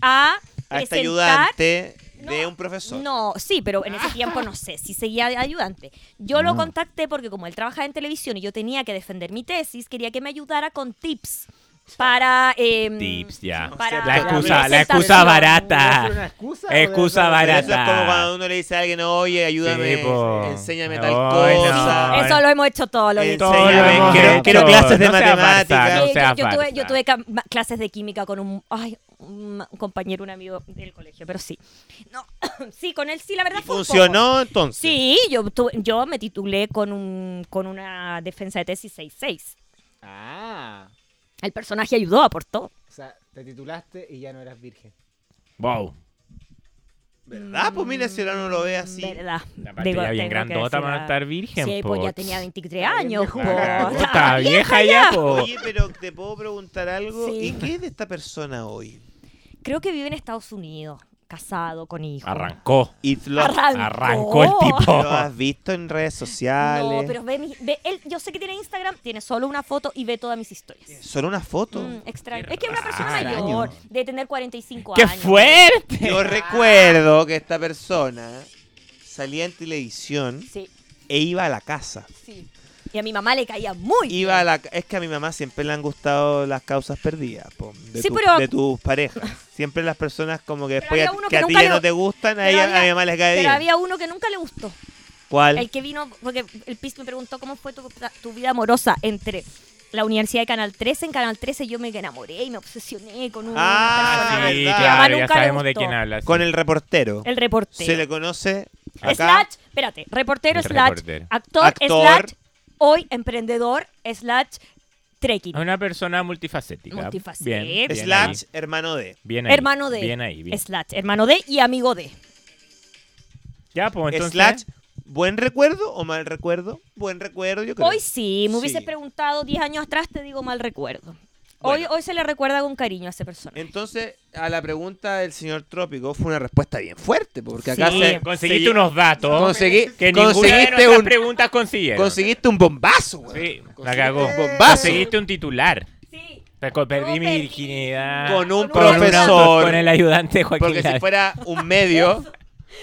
G: a,
E: a este
G: presentar-
E: ayudante
G: No,
E: de un profesor. Ah.
G: No, sí, pero en ese tiempo no sé si seguía de ayudante. Yo
E: Mm.
G: lo contacté porque como él trabajaba en televisión y yo tenía que defender mi tesis, quería que me ayudara con tips para... em,
H: Tips, ya.
G: para
H: La excusa, la excusa
G: presentación.
H: barata.
F: excusa?
H: Excusa
E: Pero eso es
H: barata.
E: como cuando uno le dice a alguien, oye, ayúdame,
H: Sí, po.
E: enséñame tal
H: Ay,
E: cosa.
H: no.
G: Eso lo hemos hecho todos los
E: Enséñame,
H: Todo lo hemos
E: quiero,
H: hecho.
E: quiero clases de
H: No sea farsa,
E: matemáticas.
H: no
G: Eh,
H: sea
G: yo, yo tuve, yo
H: farsa.
G: tuve cam- ma- clases de química con un, ay, un ma- un compañero, un amigo del colegio, pero sí. No, sí, con él sí, la verdad fue un poco.
E: Funcionó entonces.
G: Sí, yo, tuve- yo me titulé con, un, con una defensa de tesis 6-6.
F: Ah.
G: El personaje ayudó, aportó.
F: O sea, te titulaste y ya no eras virgen.
H: Wow.
E: ¿Verdad? Pues
G: Mm.
E: mira, si ahora no lo ve así.
G: ¿Verdad?
H: Aparte, ya bien
G: tengo que
H: grandota para
G: decirla.
H: estar virgen.
G: Sí, pues ya tenía 23 años, po.
H: Ah,
G: Estaba
H: Está vieja ya, po.
E: Oye, pero te puedo preguntar algo.
G: Sí.
E: ¿Y qué es de esta persona hoy?
G: Creo que vive en Estados Unidos, casado, con hijos.
H: Arrancó.
E: It lo,
G: Arrancó.
H: Arrancó el tipo.
E: lo has visto en redes sociales.
G: No, pero ve, mi- ve él, yo sé que tiene Instagram, tiene solo una foto y ve todas mis historias.
E: Solo una foto.
G: Mm, extraño. Es que es una persona
F: raro.
G: mayor, de tener 45
H: Ah, ¡Qué
G: años.
H: fuerte!
E: Yo recuerdo que esta persona salía en televisión
G: Sí,
E: e iba a la casa.
G: sí. Y a mi mamá le caía muy bien.
E: Iba a la ca- es que a mi mamá siempre le han gustado las causas perdidas po, de,
G: Sí,
E: tu-
G: pero-
E: de tus parejas. Siempre las personas como que
G: Pero
E: después a-
G: había uno
E: que,
G: que
E: a ti
G: nunca
E: ya
G: le-
E: no te gustan, a,
G: pero
E: ella-
G: había-
E: a mi mamá les cae
G: Pero
E: bien.
G: había uno que nunca le gustó.
E: ¿Cuál?
G: El que vino, porque el Piz me preguntó cómo fue tu, tu vida amorosa entre la Universidad de Canal 13. En Canal 13 yo me enamoré y me obsesioné con un
E: Ah,
G: personaje.
H: Sí,
E: verdad.
G: Mamá
H: claro, ya
G: nunca le
H: sabemos de
G: gustó.
H: quién hablas.
E: Con el reportero.
G: El reportero.
E: Se le conoce acá.
G: Slash, espérate, reportero,
H: El
G: slash,
H: reportero.
G: actor,
E: Actor.
G: slash, hoy emprendedor, slash, trekking.
H: Es una persona multifacética.
G: Multifacética.
H: Bien, bien
E: Slash,
H: ahí,
E: hermano de.
H: bien ahí,
G: Hermano de.
H: Bien ahí, bien.
G: Slash, hermano de y amigo de.
H: Ya, pues entonces.
E: Slash, ¿buen recuerdo o mal recuerdo? Buen recuerdo, yo creo.
G: Hoy sí, me hubiese
E: Sí.
G: preguntado 10 años atrás, te digo mal recuerdo. Hoy,
E: Bueno.
G: hoy se le recuerda con cariño a esa persona.
E: Entonces, a la pregunta del señor Trópico fue una respuesta bien fuerte, porque acá
G: Sí.
E: se...
H: Conseguiste
E: se-
H: unos datos.
E: Conseguí-
H: que ninguna de
E: conseguiste,
H: nuestras
E: un,
H: preguntas consiguieron.
E: conseguiste un bombazo, güey.
H: Sí, la
E: Conseguiste
H: cagó.
E: un bombazo.
H: Conseguiste un titular.
G: Sí.
H: Te co- Perdí mi
G: perdí.
H: virginidad.
E: Con un
H: Con un
E: profesor.
H: auto- con el ayudante de Joaquín
E: Porque si
H: Lavín.
E: fuera un medio,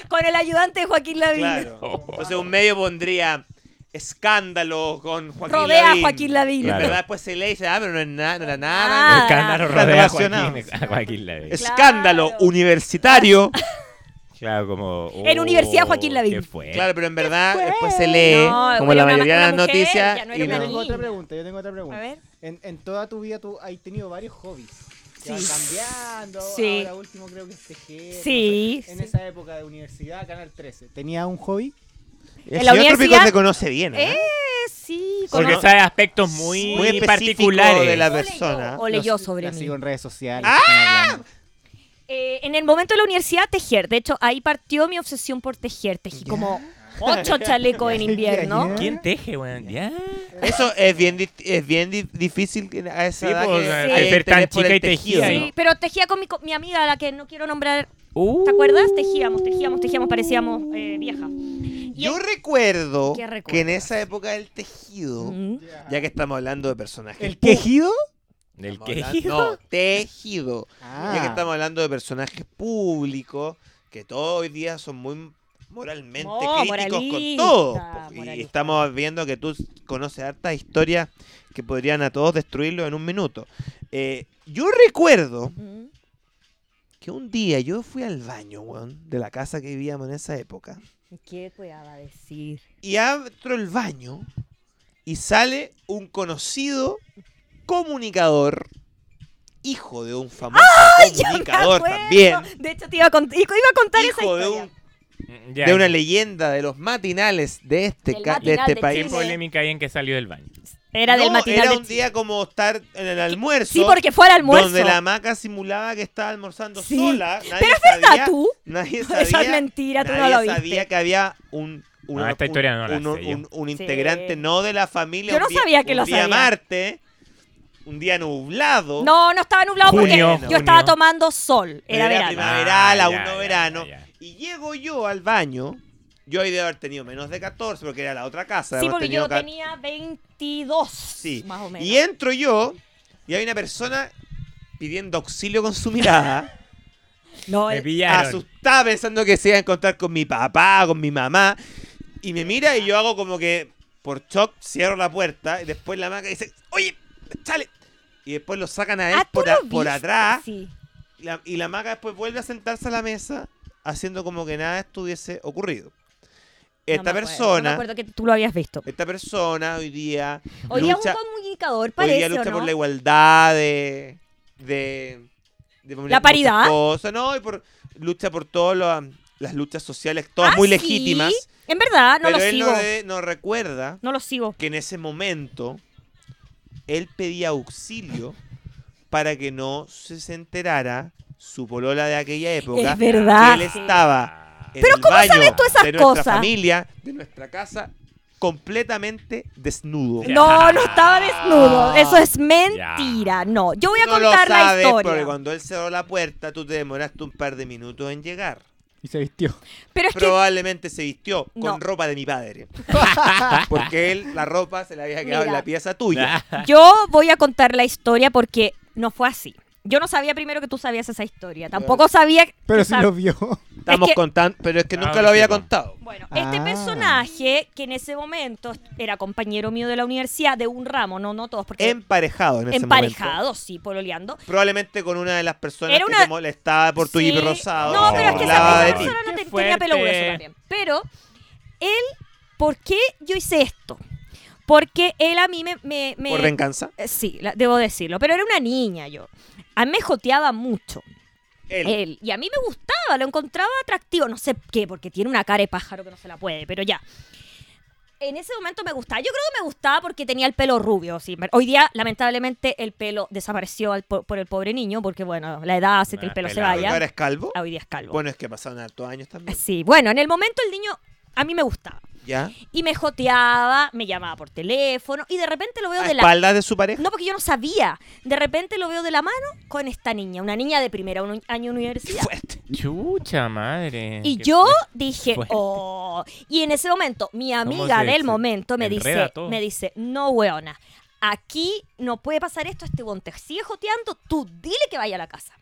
G: Con el ayudante de Joaquín Lavín.
E: claro. Entonces un medio pondría escándalo con Joaquín
G: Rodea a
E: Lavín.
G: Joaquín Lavín.
E: Y En
H: Claro.
E: verdad después se lee y dice, ah, pero no, es nada, no era
G: Ah.
E: nada.
H: El cándalo
E: Está
H: rodea a
E: relacionado.
H: Joaquín, a Joaquín Lavín.
G: Es-
E: Escándalo
G: Claro.
E: universitario.
H: Claro, como.
G: En
H: oh,
G: Universidad Joaquín Lavín.
H: qué fuerte.
E: Claro, pero en verdad después se lee
G: No,
E: como la
G: era una-
E: mayoría de las
G: una mujer,
E: noticias.
G: ya no
E: y
G: era una
F: Yo
E: no.
F: tengo otra
G: niña.
F: pregunta, yo tengo otra pregunta.
G: A ver.
F: En, en toda tu vida tú has tenido varios hobbies. Que van
G: Sí.
F: cambiando.
G: Sí.
F: Ahora último creo que es tejer.
G: Sí,
F: no sé. En
G: sí.
F: esa época de universidad, Canal 13. ¿Tenía un hobby?
E: El
G: En la
E: señor Trópico
G: universidad-
E: se conoce bien, ¿eh?
G: Eh, sí,
H: Porque
G: conozco.
H: sabe aspectos muy,
E: Muy específico
H: particulares.
E: de la
G: O leyó,
E: persona.
G: O leyó
F: Los-
G: sobre
F: la
G: mí.
F: sigo en redes sociales.
H: ¡Ah!
F: están hablando.
G: Eh, en el momento de la universidad, tejer. De hecho, ahí partió mi obsesión por tejer. Tejí como ocho chalecos en invierno.
F: Ya.
H: ¿Quién teje, weón? Ya.
E: Eso es bien, di- es bien di- difícil que a esa
H: Sí,
E: edad
H: pues,
E: que
H: al
E: haya
H: ser tan
E: interés por
H: chica
E: el
H: y tejida,
E: tejido,
H: ¿no?
G: Sí, pero tejía con mi, co- mi amiga, la que no quiero nombrar.
H: Uh.
G: ¿Te acuerdas? Tejíamos, tejíamos, tejíamos, parecíamos eh, vieja. Y
E: Yo
G: el-
E: recuerdo
G: ¿Qué
E: que en
G: recuerdas?
E: esa época del tejido,
G: Mm.
E: ya que estamos hablando de personajes.
F: ¿El
E: pu-
F: tejido?
H: ¿Del
E: estamos
H: qué?
E: hablando- No, tejido.
F: Ah.
E: Ya que estamos hablando de personajes públicos, que todos hoy día son muy moralmente
G: Oh,
E: críticos con
G: moralista,
E: todo. po, Y
G: moralista.
E: estamos viendo que tú conoces hartas historias que podrían a todos destruirlo en un minuto. Eh, yo recuerdo
G: Mm.
E: que un día yo fui al baño, weón, de la casa que vivíamos en esa época.
G: ¿Qué cuidaba decir?
E: y abro el baño y sale un conocido comunicador, hijo de un famoso comunicador también,
G: De hecho, te iba a, cont- iba a contar esa
E: hijo de,
G: historia.
E: un-
H: Ya,
E: de una
H: ¿qué
E: leyenda de los matinales de este,
G: Del
E: ca- de
G: matinal
E: este
G: de
E: país.
G: Chile.
H: polémica hay en que salió del baño?
G: Era del
E: No,
G: matinal
E: era
G: de
E: un
G: Chile.
E: día como estar en el almuerzo.
G: Sí, porque fue al almuerzo.
E: Donde la hamaca simulaba que estaba almorzando
G: Sí.
E: sola. Nadie
G: Pero es
E: sabía,
G: verdad, tú.
E: Nadie
G: Eso es
E: sabía.
G: mentira, tú no
E: nadie
G: lo viste.
E: sabía que había un. una-
H: No, esta
E: un-
H: historia no la
E: un-
H: sé yo.
E: un- un integrante no de la familia.
G: Yo
E: un
G: no
E: día-
G: sabía que lo
E: Un
G: sabía.
E: día martes, un día nublado.
G: No, no estaba nublado porque
H: Junio,
G: yo estaba
H: junio.
G: tomando sol.
E: pero
G: Era verano.
E: primaveral,
H: Ah,
E: aún
H: ya,
E: no
H: ya,
E: verano.
H: ya, ya.
E: Y llego yo al baño. Yo hoy debo haber tenido menos de 14 porque era la otra casa.
G: Sí,
E: hemos
G: porque
E: tenido
G: yo
E: ca-
G: tenía 22,
E: Sí.
G: más o menos.
E: Y entro yo y hay una persona pidiendo auxilio con su mirada.
G: No,
H: Me
G: eh,
E: Ah,
H: pillaron.
E: asustada pensando que se iba a encontrar con mi papá, con mi mamá. Y me mira y yo hago como que por shock cierro la puerta y después la maca dice, oye, chale. Y después lo sacan a él
G: ah, ¿tú
E: por,
G: lo
E: a- por
G: viste?
E: atrás.
G: Sí.
E: Y la, y la maca después vuelve a sentarse a la mesa haciendo como que nada estuviese ocurrido. Esta
G: No me acuerdo, no me
E: persona,
G: acuerdo que tú lo habías visto.
E: esta persona hoy día
G: Hoy día
E: lucha,
G: un comunicador,
E: hoy
G: parece,
E: día lucha
G: ¿o no?
E: por la igualdad de. de, de muchas
G: paridad?
E: cosas, ¿no? Y por, lucha por todas las luchas sociales, todas
G: Ah,
E: muy
G: sí.
E: legítimas.
G: En verdad, no
E: pero
G: lo
E: él
G: sigo.
E: nos de- nos recuerda
G: No lo sigo.
E: que en ese momento él pedía auxilio para que no se se enterara su polola de aquella época.
G: Es verdad.
E: que él estaba en
G: Pero
E: el
G: ¿cómo
E: baño
G: sabes tú esas
E: de nuestra
G: cosas?
E: familia, de nuestra casa, completamente desnudo.
G: No, no estaba desnudo. Eso es mentira. No, yo voy a
E: no lo
G: contar la
E: sabes porque
G: historia.
E: cuando él cerró la puerta tú te demoraste un par de minutos en llegar.
F: Y se vistió.
G: Pero es que
E: Probablemente se vistió con
G: No.
E: ropa de mi padre. Porque él, la ropa se le había quedado en
G: Mira.
E: la pieza tuya.
G: yo voy a contar la historia porque no fue así. Yo no sabía primero que tú sabías esa historia. Tampoco sabía. que
F: Pero si
G: sab-
F: lo vio.
E: Estamos
G: que-
E: contando, pero es que
H: Ah,
E: nunca lo había
H: bueno.
E: contado.
G: Bueno, este
F: Ah.
G: personaje que en ese momento era compañero mío de la universidad, de un ramo, no, no todos, porque
E: Emparejado en ese
G: Eh, emparejado,
E: momento.
G: sí, pololeando.
E: Probablemente con una de las personas
G: Era
E: que
G: una-
E: te molestaba por tu
G: Sí.
E: jeep rosado.
G: No,
E: se
G: pero es que
E: burlaba
G: esa,
E: de
G: esa
E: ti.
G: persona no
D: Qué
G: te- tenía pelo
D: fuerte.
G: grueso también. Pero él, ¿por qué yo hice esto? Porque él a mí me... me- me-
E: Por venganza.
G: eh, Sí, la- debo decirlo, pero era una niña yo. A mí me joteaba mucho
E: Él.
G: él. Y a mí me gustaba, lo encontraba atractivo. No sé qué, porque tiene una cara de pájaro que no se la puede, pero ya. En ese momento me gustaba. Yo creo que me gustaba porque tenía el pelo rubio. sí. Hoy día, lamentablemente, el pelo desapareció al- por, por el pobre niño, porque, bueno, la edad hace que el
H: Ah,
G: pelo se
H: pelado.
E: ¿Tú
G: vaya.
E: eres calvo?
G: Ah, Hoy día es calvo. Eh,
E: Bueno, es que pasaron hartos años también.
G: Sí, bueno, en el momento el niño a mí me gustaba.
E: ¿Ya?
G: Y me joteaba, me llamaba por teléfono y de repente lo veo
E: ¿A
G: de la...
E: espaldas de su pareja?
G: No, porque yo no sabía. De repente lo veo de la mano con esta niña, una niña de primera uni- año de universidad.
H: Chucha madre.
G: Y
H: Qué
G: yo
H: fuerte.
G: dije,
H: fuerte.
G: oh. Y en ese momento, mi amiga
H: se-
G: del
H: se
G: momento me
H: enreda
G: dice,
H: todo?
G: me dice, no, weona, aquí no puede pasar esto, este weón te sigue joteando, tú dile que vaya a la casa.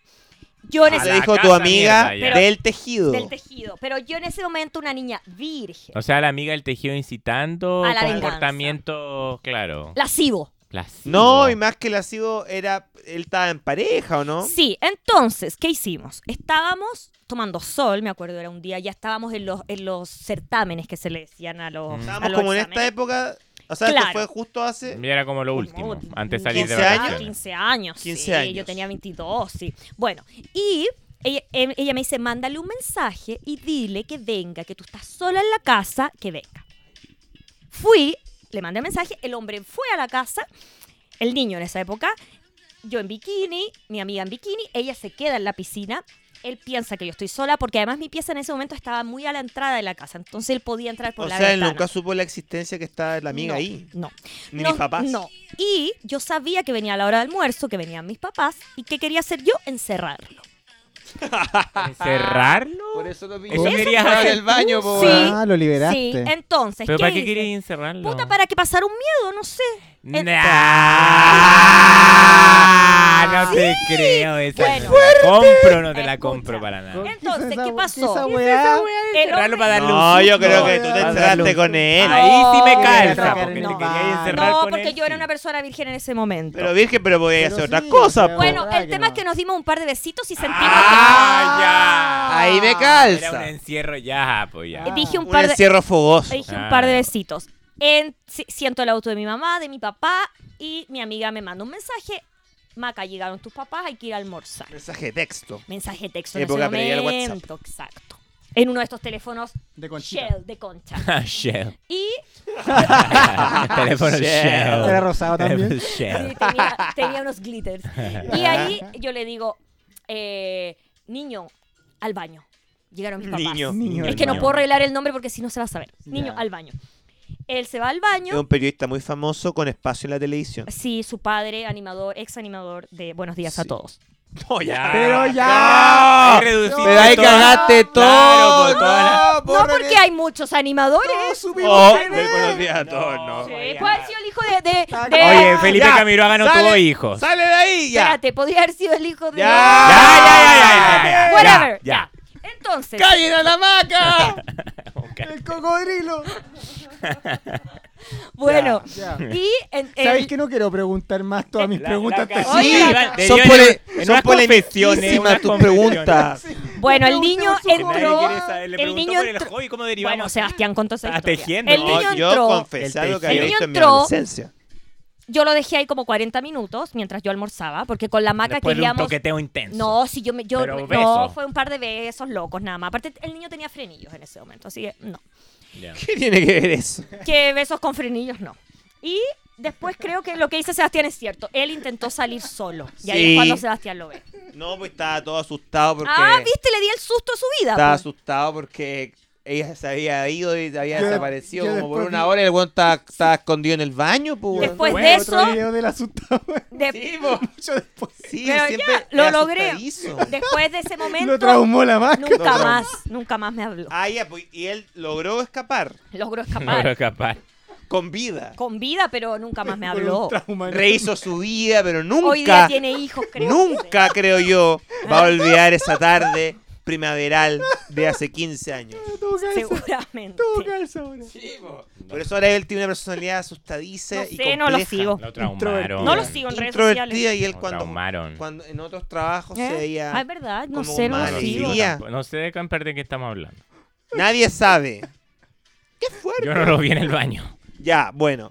G: Yo en
H: A
E: Se
G: ese,
H: la
E: dijo tu
H: casa,
E: amiga
H: mierda,
G: ya.
E: del tejido.
G: del tejido, pero yo en ese momento una niña virgen,
H: O sea, la amiga del tejido incitando
G: A la venganza.
H: comportamiento, claro.
G: lascivo.
H: lascivo.
E: No, y más que la sido era. Él estaba en pareja, ¿o no?
G: Sí, entonces, ¿qué hicimos? Estábamos tomando sol, me acuerdo, era un día, ya estábamos en los, en los certámenes que se le decían a los...
H: Mm.
G: a
E: Estábamos
G: los
E: como en
G: exámenes.
E: esta época. O sea, esto
G: ¿eh? Claro.
E: fue justo hace.
H: Mira, era como lo
G: Como
H: último, antes de salir de
G: 15 años,
H: vacaciones.
G: 15 años.
E: 15
G: sí,
E: años.
G: Yo tenía 22, sí. Bueno, y ella, em- ella me dice, mándale un mensaje y dile que venga, que tú estás sola en la casa, que venga. Fui, le mandé mensaje, el hombre fue a la casa, el niño en esa época, yo en bikini, mi amiga en bikini, ella se queda en la piscina. Él piensa que yo estoy sola porque además mi pieza en ese momento estaba muy a la entrada de la casa, entonces él podía entrar por
E: O
G: la
E: sea, él
G: ventana.
E: nunca supo la existencia que estaba la amiga
G: No,
E: ahí.
G: No.
E: Ni
G: No,
E: mis papás.
G: No. Y yo sabía que venía la hora de almuerzo, que venían mis papás y que quería hacer yo encerrarlo.
H: ¿Encerrarlo?
E: Por eso lo vi.
H: Eso querías
E: en
H: hacer
E: el baño, po.
G: Uh, Sí.
F: Ah, lo liberaste.
G: Sí, entonces,
H: ¿Pero para qué
G: hice?
H: querías encerrarlo?
G: Puta, para que pasara un miedo, no sé. En-
H: Nah, no te
G: Sí.
H: creo esa.
G: Bueno.
H: no te la compro, no te la
G: Escucha.
H: compro para nada.
G: Entonces, ¿qué pasó?
F: Esa weá?
G: El hombre-
H: Encerrarlo para darle un
E: No, yo
H: susto.
E: creo que tú te
H: Para darle
E: encerraste
H: un-
E: con él.
H: Ahí sí me
G: No,
H: calza,
F: no,
H: porque te
F: no.
H: querías encerrar
G: No,
H: con
G: porque
H: él,
G: yo era
H: sí.
G: una persona virgen en ese momento.
E: Pero virgen, pero podía
F: Pero
E: hacer
F: sí,
E: otras cosas,
F: pero-
E: po.
G: bueno,
F: verdad
G: el
F: que no.
G: tema es que nos dimos un par de besitos y sentimos
H: Ah, ya.
E: Ahí me
H: Era un
E: calza.
H: encierro ya, pues ya.
G: que... Dije un
E: Un
G: par de...
E: encierro fogoso.
G: Dije un par de
H: Claro.
G: besitos. En- si- siento el auto de mi mamá, de mi papá y mi amiga me manda un mensaje. Maca, llegaron tus papás, hay que ir a almorzar.
E: Mensaje de texto.
G: Mensaje de texto en
E: Época
G: ese
E: previa al WhatsApp.
G: momento, exacto. En uno de estos teléfonos
F: De conchita.
G: Shell de concha.
H: Ah, Shell.
G: Y
H: Teléfono
E: Shell.
H: Shell.
F: Era rosado también.
H: Teléfono Shell.
G: Sí, tenía, tenía unos glitters. Y ahí yo le digo, eh, niño, al baño. Llegaron mis papás.
E: Niño.
F: Niño,
G: Es que no
H: Niño.
G: puedo arreglar el nombre porque si no se va a saber. Niño,
F: Ya.
G: al baño. Él se va al
E: Es
G: baño.
E: un periodista muy famoso con espacio en la televisión.
G: Sí, su padre, animador, ex animador de Buenos Días a
E: Sí.
G: todos.
E: No, ya.
F: Pero
E: No.
F: ya.
H: Oh, Ahí reduciste
E: Pero ahí
H: toda-
E: cagaste todo.
H: Claro, pues, toda la-
G: No, porque hay muchos animadores.
F: Todos subimos
E: Oh,
F: al
E: de-
F: nivel.
E: buenos días a todos, no.
G: Sí, puede haber sido el hijo de. de- de-
H: Ah, Oye, Felipe
E: Ya,
H: Camiroaga no
E: sale-
H: tuvo hijos.
E: Sale de ahí ya.
G: Espérate, podría haber sido el hijo de.
E: Ya.
H: Ya, ya, ya, ya, ya, ya.
G: Whatever.
H: Ya,
G: Ya. Entonces.
E: ¡Callen a la vaca!
F: El cocodrilo.
G: Bueno,
F: Ya.
G: y en, en-
F: ¿Sabes que no quiero preguntar más todas mis
H: La-
F: preguntas?
H: la-
F: hasta
H: la-
F: aquí?
E: Sí,
H: Oiga, te
E: son,
H: dio
E: pole-
H: en- ¿eh? en
E: son
H: unas confesiones,
E: polemísimas
H: unas
E: tus
H: confesiones.
E: preguntas.
G: bueno, el
F: No
G: niño
F: preguntemos su-
H: Nadie
G: entró,
H: quiere saber, le
G: el
H: preguntó
G: niño
H: por el
G: entró-
H: hobby, ¿cómo derivamos?
G: bueno, Sebastián contó esa
H: Está
G: historia.
H: tejiendo.
G: El niño
E: No, Ah, yo
G: entró,
E: confesé
H: El
E: algo que había
G: tejido.
E: visto en mi
G: El niño entró.
E: adolescencia.
G: yo lo dejé ahí como 40 minutos mientras yo almorzaba, porque con la maca
H: Después de un
G: queríamos...
H: toqueteo intenso.
G: No, si yo me... Yo,
H: Pero
G: me-
H: beso.
G: no, fue un par de besos locos nada más. Aparte, el niño tenía frenillos en ese momento, así que no.
H: Ya.
E: ¿Qué tiene que ver eso?
G: Que besos con frenillos, no. Y después creo que lo que dice Sebastián es cierto. Él intentó salir solo. Y ahí
E: Sí.
G: es cuando Sebastián lo ve.
E: No, pues estaba todo asustado porque.
G: Ah, viste, le di el susto a su vida.
E: Estaba
G: pues.
E: asustado porque ella se había ido y había
F: Yo-
E: desaparecido
F: yo
E: como por
F: después
E: una
F: vi-
E: hora y el weón estaba, estaba escondido en el baño, pues. weón.
G: Después
D: Bueno,
G: de
F: Otro
G: eso,
F: video del asustado.
G: de-
E: Sí, po.
F: Mucho después.
E: Sí,
G: Pero
E: siempre
G: ya, lo
E: es
G: logré.
E: asustadizo.
G: después de ese momento,
F: Lo traumó la máscara.
G: nunca
E: No, no.
G: más, nunca más me habló.
E: Ah, ya, pues, y él logró escapar
G: Logró
H: No
G: escapar
H: era capaz.
E: con vida.
G: con vida, pero nunca más me
F: Con un
G: habló.
F: trauma.
E: Rehizo su vida, pero nunca.
G: Hoy día tiene hijos, creo.
E: Nunca, creo yo, va a olvidar esa tarde primaveral de hace 15 años.
F: Todo calza,
G: Seguramente.
F: todo calza ahora.
E: Por eso ahora él tiene una personalidad asustadiza
G: No
E: y
G: sé, no lo
E: compleja.
G: sigo.
H: Lo
F: Introvertido.
H: traumaron.
G: No lo sigo en redes
E: Introvertida
G: sociales.
E: y él
H: Lo
E: cuando,
H: traumaron.
E: cuando en otros trabajos se
G: ¿Eh?
E: veía...
G: Ah, es verdad, no
E: como
G: sé, no lo
E: mal
H: No,
G: sigo.
E: día.
H: tampoco. No sé de qué parte de qué estamos hablando.
E: Nadie sabe. ¡Qué fuerte!
H: Yo no lo vi en el baño.
E: Ya, bueno.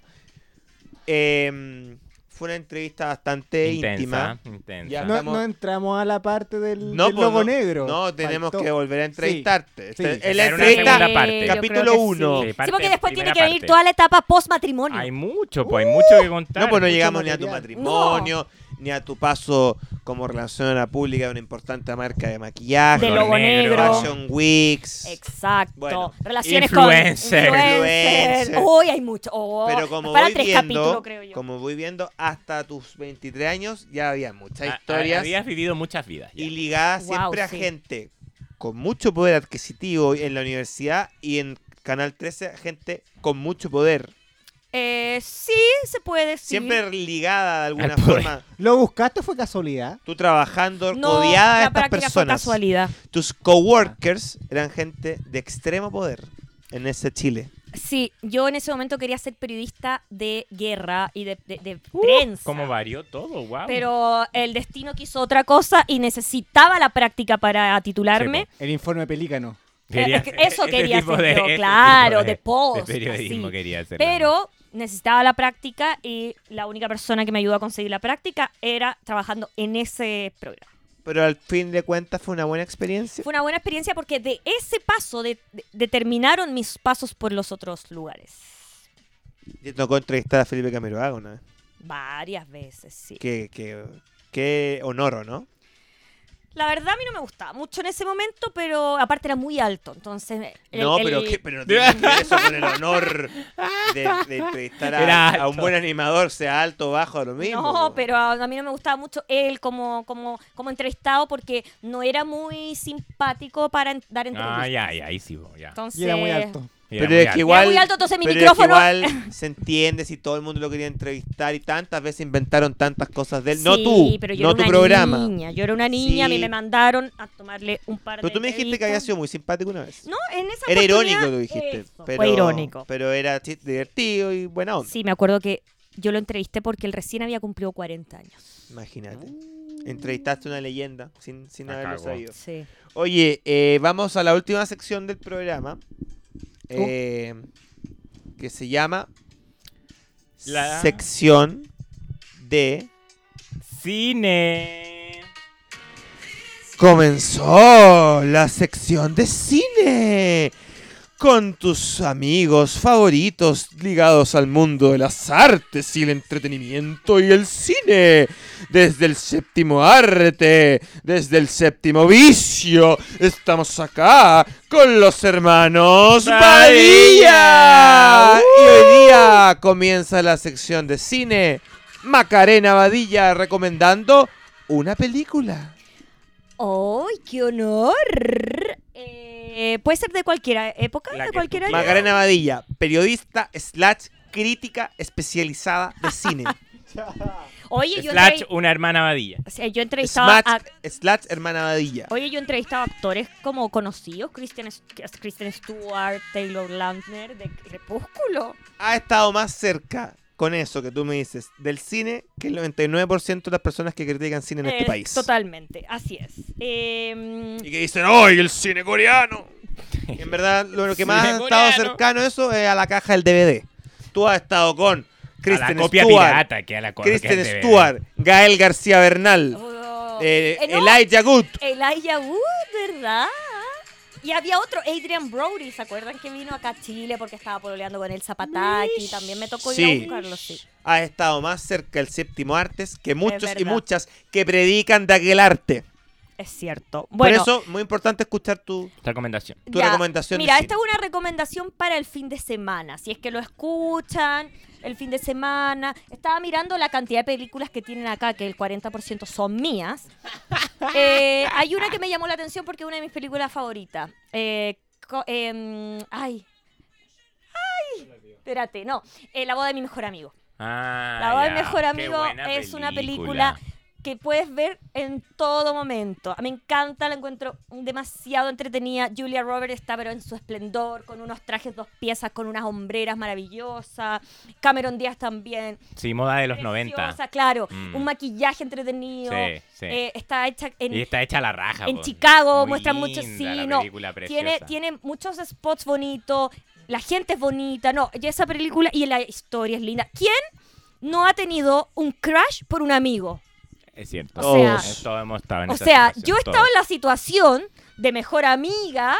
E: Em, fue una entrevista bastante
H: Intensa,
E: íntima.
H: intensa.
E: Ya.
F: No,
E: Estamos-
F: no entramos a la parte del,
E: No,
F: del
E: pues,
F: Mm. logo
E: no-
F: negro.
E: No, tenemos
F: Faltó.
E: que volver a entrevistarte.
F: Sí,
E: Este-
F: sí, sí.
E: en la
H: Era una
E: entrevista
H: segunda parte.
G: yo
E: eh, Capítulo
G: creo que
E: uno. pues,
G: Sí.
H: Sí, parte-
G: Sí, porque después tiene
H: primera
G: que venir
H: parte.
G: toda la etapa post-matrimonio.
H: Hay mucho, pues hay mucho que contar.
E: No, pues no
H: Mucho
E: llegamos ni a
F: material.
E: tu matrimonio, ni a tu paso como relacionadora pública de una importante marca de maquillaje,
G: De logo negro.
E: Fashion Weeks.
G: Exacto.
E: Bueno,
G: Relaciones
H: influencer.
G: con
E: Influencer.
G: influencer. Hoy hay mucho. Oh,
E: Pero como
G: para
E: voy,
G: tres
E: viendo,
G: capítulos, creo yo.
E: como voy viendo, hasta tus 23 años ya había muchas
H: A- a-
E: historias
H: Habías vivido muchas vidas. ya.
E: y ligadas
G: Ah, Wow,
E: siempre a
G: sí.
E: gente con mucho poder adquisitivo en la universidad y en Canal 13, gente con mucho poder.
G: Eh, sí, se puede decir.
E: Siempre ligada de alguna
H: Al poder.
E: forma.
F: ¿Lo buscaste o fue casualidad?
E: Tú trabajando,
G: no,
E: rodeada de
G: la
E: estas
G: práctica fue
E: personas.
G: casualidad.
E: Tus coworkers eran gente de extremo poder en ese Chile.
G: Sí, yo en ese momento quería ser periodista de guerra y de, de- de prensa.
H: Como varió todo, wow.
G: Pero eh, el destino quiso otra cosa y necesitaba la práctica para titularme.
F: El informe pelícano.
G: Eh, es que eso quería hacer yo, claro, de post,
H: De periodismo
G: así.
H: quería
D: pues,
H: hacer.
G: Pero necesitaba la práctica y la única persona que me ayudó a conseguir la práctica era trabajando en ese programa.
E: Pero al fin de cuentas fue una buena experiencia.
G: Fue una buena experiencia porque de ese paso de- de- determinaron mis pasos por los otros lugares.
E: Yo tocó entrevistar a Felipe Camiroaga una vez.
G: Varias veces, sí.
E: Qué, qué, qué honor, ¿o ¿no?
G: La verdad a mí no me gustaba mucho en ese momento, pero aparte era muy alto, entonces... el-
E: no,
G: el-
E: pero, qué- pero no tiene que ver eso con el honor de, de entrevistar
H: Era
E: a, a un
H: alto.
E: buen animador, sea alto o bajo, lo mismo.
G: No, pero a, a mí no me gustaba mucho él como, como, como entrevistado porque no era muy simpático para en- dar entrevistas.
H: Ah, ya, ya, ahí sí, bo, ya.
G: Entonces,
F: Y era muy alto.
H: Y
E: Pero
H: muy
E: es que
H: alto.
E: igual,
G: muy alto, entonces mi
E: pero es que
G: micrófono-
E: igual se entiende si todo el mundo lo quería entrevistar y tantas veces inventaron tantas cosas de él. no
G: Sí,
E: tú,
G: pero yo
E: no
G: era
E: tu
G: una
E: programa.
G: Niña. Yo era una niña, a mí
E: Sí.
G: me mandaron a tomarle un par de
E: Pero tú me dijiste que había
G: entrevistas.
E: sido muy simpático una vez.
G: No, en esa
E: Era
G: oportunidad,
E: irónico, lo dijiste.
G: eso,
E: Pero,
G: Fue irónico.
E: Pero era chi- divertido y buena onda.
G: Sí, me acuerdo que yo lo entrevisté porque él recién había cumplido 40 años.
E: Imagínate. Entrevistaste una leyenda sin, sin
H: La
E: haberlo
H: cagó.
E: sabido.
G: Sí.
E: Oye, eh, vamos a la última sección del programa. eh, Que se llama
H: La-
E: Sección de.
H: Cine.
E: Comenzó la sección de cine con tus amigos favoritos ligados al mundo de las artes y el entretenimiento y el cine. Desde el séptimo arte, desde el séptimo vicio, estamos acá con los hermanos
H: Padilla.
E: Padilla. Y hoy día comienza la sección de cine. Macarena Badilla recomendando una película.
G: ¡Ay, qué honor! Eh, puede ser de cualquier época,
H: La
G: de
H: que
G: cualquier
H: tú
G: año.
E: Macarena Badilla, periodista slash crítica especializada de cine.
G: Oye, yo,
H: Slash,
G: entrevi-
H: una hermana vadilla.
G: o sea, yo entrevistaba
E: slash,
G: a...
E: slash hermana Badilla.
G: Oye, yo entrevistaba actores como conocidos, Christian, S- Kristen Stewart, Taylor Lautner, de Crepúsculo.
E: Ha estado más cerca con eso que tú me dices del cine que el 99% de las personas que critican cine en este
G: Eh,
E: país.
G: Totalmente, así es. Eh,
E: Y que dicen, ¡ay, el cine coreano! Y en verdad, lo que más
H: Cine
E: ha estado
H: coreano.
E: cercano a eso es a la caja del DVD. Tú has estado con
H: a
E: Kristen
H: la copia
E: Stewart,
H: pirata que a la co- que
E: Kristen
H: es de-
E: Stewart, Gael García Bernal,
G: oh,
E: eh,
G: eh, no,
E: Elijah Good.
G: Elijah Wood, ¿verdad? Y había otro, Adrian Brody, ¿se acuerdan que vino acá a Chile porque estaba pololeando con el Zapataki? También me tocó ir
E: Sí.
G: a buscarlo, sí.
E: ha estado más cerca del séptimo artes que muchos y
G: verdad.
E: muchas que predican de aquel arte.
G: Es cierto. Bueno,
E: Por eso, muy importante escuchar tu,
D: Recomendación.
E: tu
G: Ya,
E: recomendación. de
G: Mira,
E: cine.
G: esta es una recomendación para el fin de semana. Si es que lo escuchan, el fin de semana. Estaba mirando la cantidad de películas que tienen acá, que el 40% son mías. Eh, hay una que me llamó la atención porque es una de mis películas favoritas. Eh, co- em, ay. Ay. Espérate, no. Eh, la boda de mi mejor amigo.
D: Ah,
G: La boda del
D: ya,
G: mejor
D: qué
G: amigo
D: buena
G: es una película que puedes ver en todo momento. Me encanta, la encuentro demasiado entretenida. Julia Roberts está pero en su esplendor, con unos trajes dos piezas, con unas hombreras maravillosas. Cameron Díaz también.
D: Sí, moda de los 90.
G: Preciosa, Claro,
D: Mm.
G: un maquillaje entretenido.
D: Sí, sí.
G: Eh, está hecha en...
D: y está hecha la raja.
G: en
D: po.
G: Chicago,
D: Muy
G: muestra mucho-
D: linda
G: sí,
D: la
G: no,
D: película
G: tiene,
D: preciosa.
G: tiene muchos spots bonitos, la gente es bonita, no, y esa película y la historia es linda. ¿Quién no ha tenido un crush por un amigo?
D: Es cierto.
G: O sea-
D: Todos. Todos hemos estado en
G: O
D: esa
G: sea,
D: situación,
G: yo he estado
D: todos.
G: en la situación de mejor amiga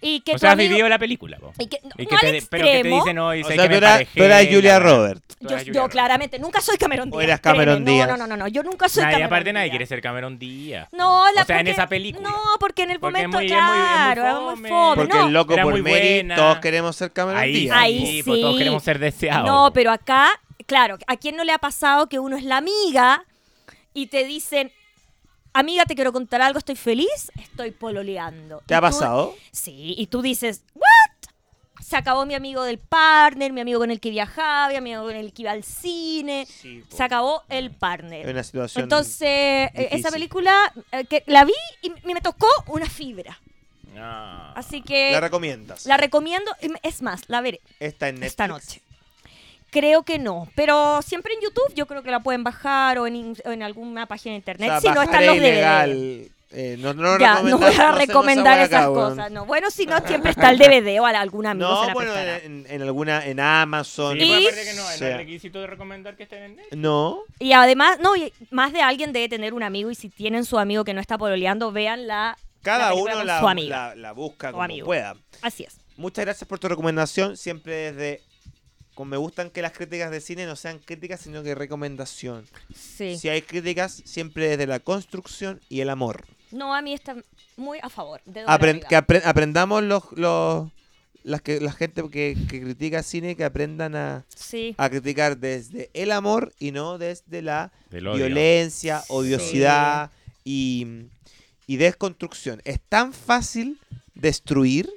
G: y que
D: O sea,
G: tu
D: has
G: amigo-
D: vivido la película, po.
G: y que, no,
D: Y
G: no
D: te,
G: al
D: pero que te
G: extremo.
D: dicen hoy,
E: O
D: sé
E: sea,
D: que
E: tú
D: me
E: eras,
D: emparejé,
E: tú eras Julia
D: la-
E: Roberts.
D: Tú
G: yo,
D: eras Julia
G: yo
D: Roberts.
G: claramente nunca soy Cameron Díaz.
E: eras Cameron
G: créeme,
E: Díaz.
G: No, no, no, no, yo nunca soy
D: Nadie,
G: Cameron
D: aparte nadie
G: Díaz.
D: quiere ser Cameron Díaz.
G: No, la
D: O sea, en
G: porque-
D: esa película.
G: No, porque en el
D: Porque es
G: momento,
D: muy- es muy- es muy
G: claro, era muy
D: fome.
G: fome,
E: Porque
G: no.
E: el loco
D: Era
E: por
D: muy
E: Mary,
D: buena.
E: todos queremos ser Cameron
D: Ahí,
E: Díaz.
G: Ahí
D: sí, pues, todos
G: sí.
D: queremos ser deseados.
G: No, pero acá, claro, ¿a quién no le ha pasado que uno es la amiga y te dicen, amiga, te quiero contar algo, estoy feliz, estoy pololeando?
E: ¿Te ha
G: Y tú-
E: pasado?
G: sí, y tú dices, ¿what? Se acabó mi amigo del partner, mi amigo con el que viajaba, mi amigo con el que iba al cine. se acabó el partner.
E: Es una situación.
G: Eh, Entonces, eh, esa
E: difícil.
G: película eh, que la vi y me- me tocó una fibra.
D: No.
G: Así que
E: ¿La
G: la,
E: recomiendas?
G: recomiendo. Es más, la veré
E: Esta en Netflix.
G: esta noche. Creo que no, pero siempre en YouTube yo creo que la pueden bajar o en, in- o en alguna página de
E: O
G: internet.
E: sea,
G: si no están
E: bajaré
G: los
E: ilegal.
G: DVDs.
E: Eh, no, no,
G: Ya, no voy
E: recomendar-
G: a
E: no
G: recomendar
E: hacemos esa
G: esas
E: hueá acá, weón.
G: cosas. No. Bueno, si no, siempre está el DVD o a algún amigo se
E: No,
G: la
E: bueno, eh,
G: prestará.
E: en, en alguna, en Amazon.
D: Sí,
G: Y-
D: pues, aparte que no, no
E: sea.
D: es requisito de recomendar que estén en Netflix.
E: No.
G: Y además, no, y más de alguien debe tener un amigo y si tienen su amigo que no está pololeando, vean la.
E: Cada
G: película
E: uno
G: con
E: la,
G: su amiga.
E: la- la busca
G: O
E: como
G: amigo.
E: pueda.
G: Así es.
E: Muchas gracias por tu recomendación. Siempre desde. Con me gustan que las críticas de cine no sean críticas, sino que recomendación.
G: Sí.
E: Si hay críticas, siempre desde la construcción y el amor.
G: No, a mí está muy a favor. de Dora
E: Apren-
G: Vega.
E: que apren- aprendamos los, los las que la gente que, que critica cine que aprendan a,
G: Sí.
E: a criticar desde el amor y no desde la
D: Del odio.
E: violencia, odiosidad y, y desconstrucción. Es tan fácil destruir,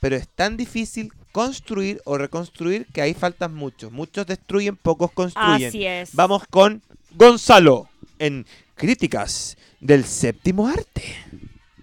E: pero es tan difícil construir o reconstruir que ahí faltan muchos. Muchos destruyen, pocos construyen.
G: Así es.
E: Vamos con Gonzalo en Críticas del Séptimo Arte.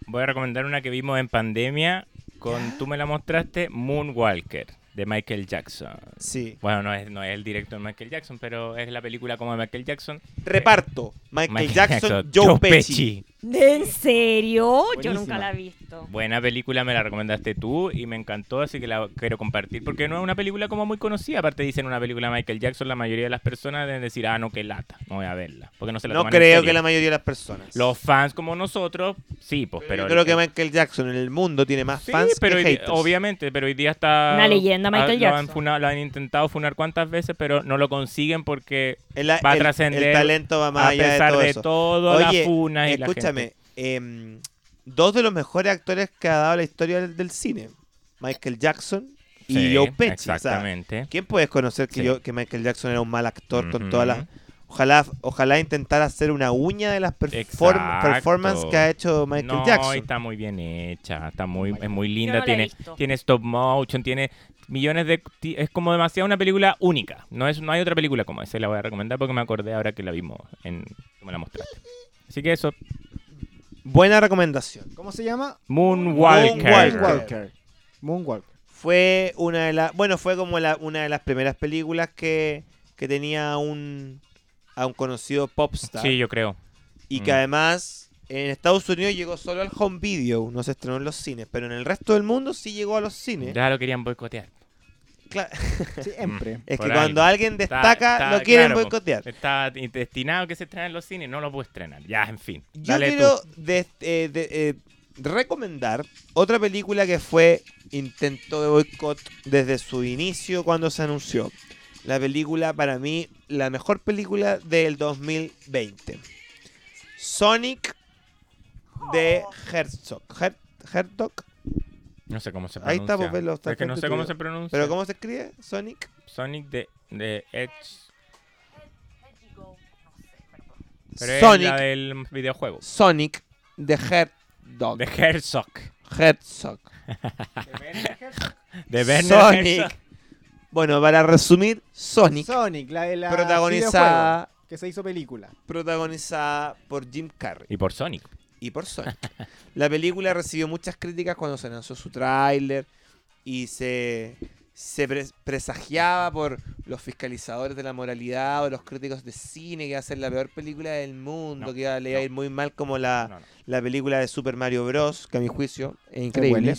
D: Voy a recomendar una que vimos en pandemia con, tú me la mostraste, Moonwalker, de Michael Jackson.
E: Sí.
D: Bueno, no es, no es el director Michael Jackson, pero es la película como de Michael Jackson.
E: Reparto. Michael, Jackson, Joe, Pesci.
G: ¿En serio? Yo
F: Buenísima.
G: nunca la he visto.
D: Buena película, me la recomendaste tú y me encantó, así que la quiero compartir porque no es una película como muy conocida. Aparte dicen una película de Michael Jackson, la mayoría de las personas deben decir, ah, no, qué lata, no voy a verla. Porque no se la
E: No
D: toman en
E: creo
D: serio.
E: que la mayoría de las personas.
D: Los fans como nosotros, sí, pues, pero...
E: Yo creo que Michael Jackson en el mundo tiene más
D: Sí,
E: fans
D: pero
E: que
D: hoy di-
E: haters.
D: obviamente, pero hoy día está...
G: Una leyenda,
D: ah,
G: Michael
D: lo han,
G: Jackson.
D: funado- lo han intentado funar cuántas veces, pero no lo consiguen porque
E: El, el-
D: va a
E: el
D: trascender
E: talento va más
D: a
E: allá de
D: pesar
E: todo
D: de
E: eso.
D: todo,
E: Oye,
D: la funa y la
E: escúchame,
D: gente.
E: em, dos de los mejores actores que ha dado la historia del, del cine, Michael Jackson y
D: Sí,
E: Joe Pesci. o sea,
D: Exactamente.
E: ¿Quién puedes conocer que,
D: Sí.
E: yo, que Michael Jackson era un mal actor con
D: Ujú.
E: todas las... Ojalá, ojalá intentara hacer una uña de las perform-
D: Exacto.
E: performances que ha hecho Michael
D: no,
E: Jackson.
D: está muy bien hecha, está muy, es muy
G: Yo
D: linda,
G: no la he
D: tiene,
G: visto.
D: tiene stop motion, tiene millones de, ti- es como demasiado una película única. No es, no hay otra película como esa, y la voy a recomendar porque me acordé ahora que la vimos en, que me la mostraste. Así que eso,
E: Buena recomendación.
F: ¿Cómo se llama?
D: Moonwalker.
F: Moonwalker. Moonwalker.
E: Fue una de las... Bueno, fue como la- una de las primeras películas que, que tenía a un, a un conocido popstar.
D: Sí, yo creo.
E: Y que
D: Mm.
E: además en Estados Unidos llegó solo al home video, no se estrenó en los cines, pero en el resto del mundo sí llegó a los cines.
D: Ya lo querían boicotear.
E: Cla- Mm.
F: Siempre.
E: es que
D: Por
E: cuando
D: algo.
E: alguien
D: Está-
E: destaca,
D: está-
E: lo quieren
D: claro, po. Eh,
E: boicotear.
D: Está destinado a que se estrenen en los cines, no lo puedo estrenar. Ya, en fin.
E: Yo
D: Dale tú.
E: quiero des- eh, de- eh, recomendar otra película que fue intento de boicot desde su inicio cuando se anunció. La película, para mí, la mejor película del 2020. Sonic de Herzog. Her- Herzog.
D: No sé cómo se pronuncia.
E: Ahí está, pues, velo, está
D: Es que no
E: frente
D: sé
E: tuyo.
D: cómo se pronuncia.
E: ¿Pero cómo se escribe? Sonic.
D: Sonic de, de Edge. Pero es la
E: Sonic.
D: del videojuego.
E: Sonic de Herzog.
D: De Herzog.
E: Herzog.
D: De Werner Herzog.
E: Sonic. Bueno, para resumir, Sonic.
C: Sonic, la de la
E: Protagonizada,
C: videojuego, que se hizo película.
E: protagonizada por Jim Carrey.
D: Y por Sonic.
E: y por Sonic. La película recibió muchas críticas cuando se lanzó su tráiler y se, se pre- presagiaba por los fiscalizadores de la moralidad o los críticos de cine que iba a ser la peor película del mundo,
D: No,
E: que iba, le iba a ir muy mal como la,
D: No, no.
E: la película de Super Mario Bros, que a mi juicio es increíble,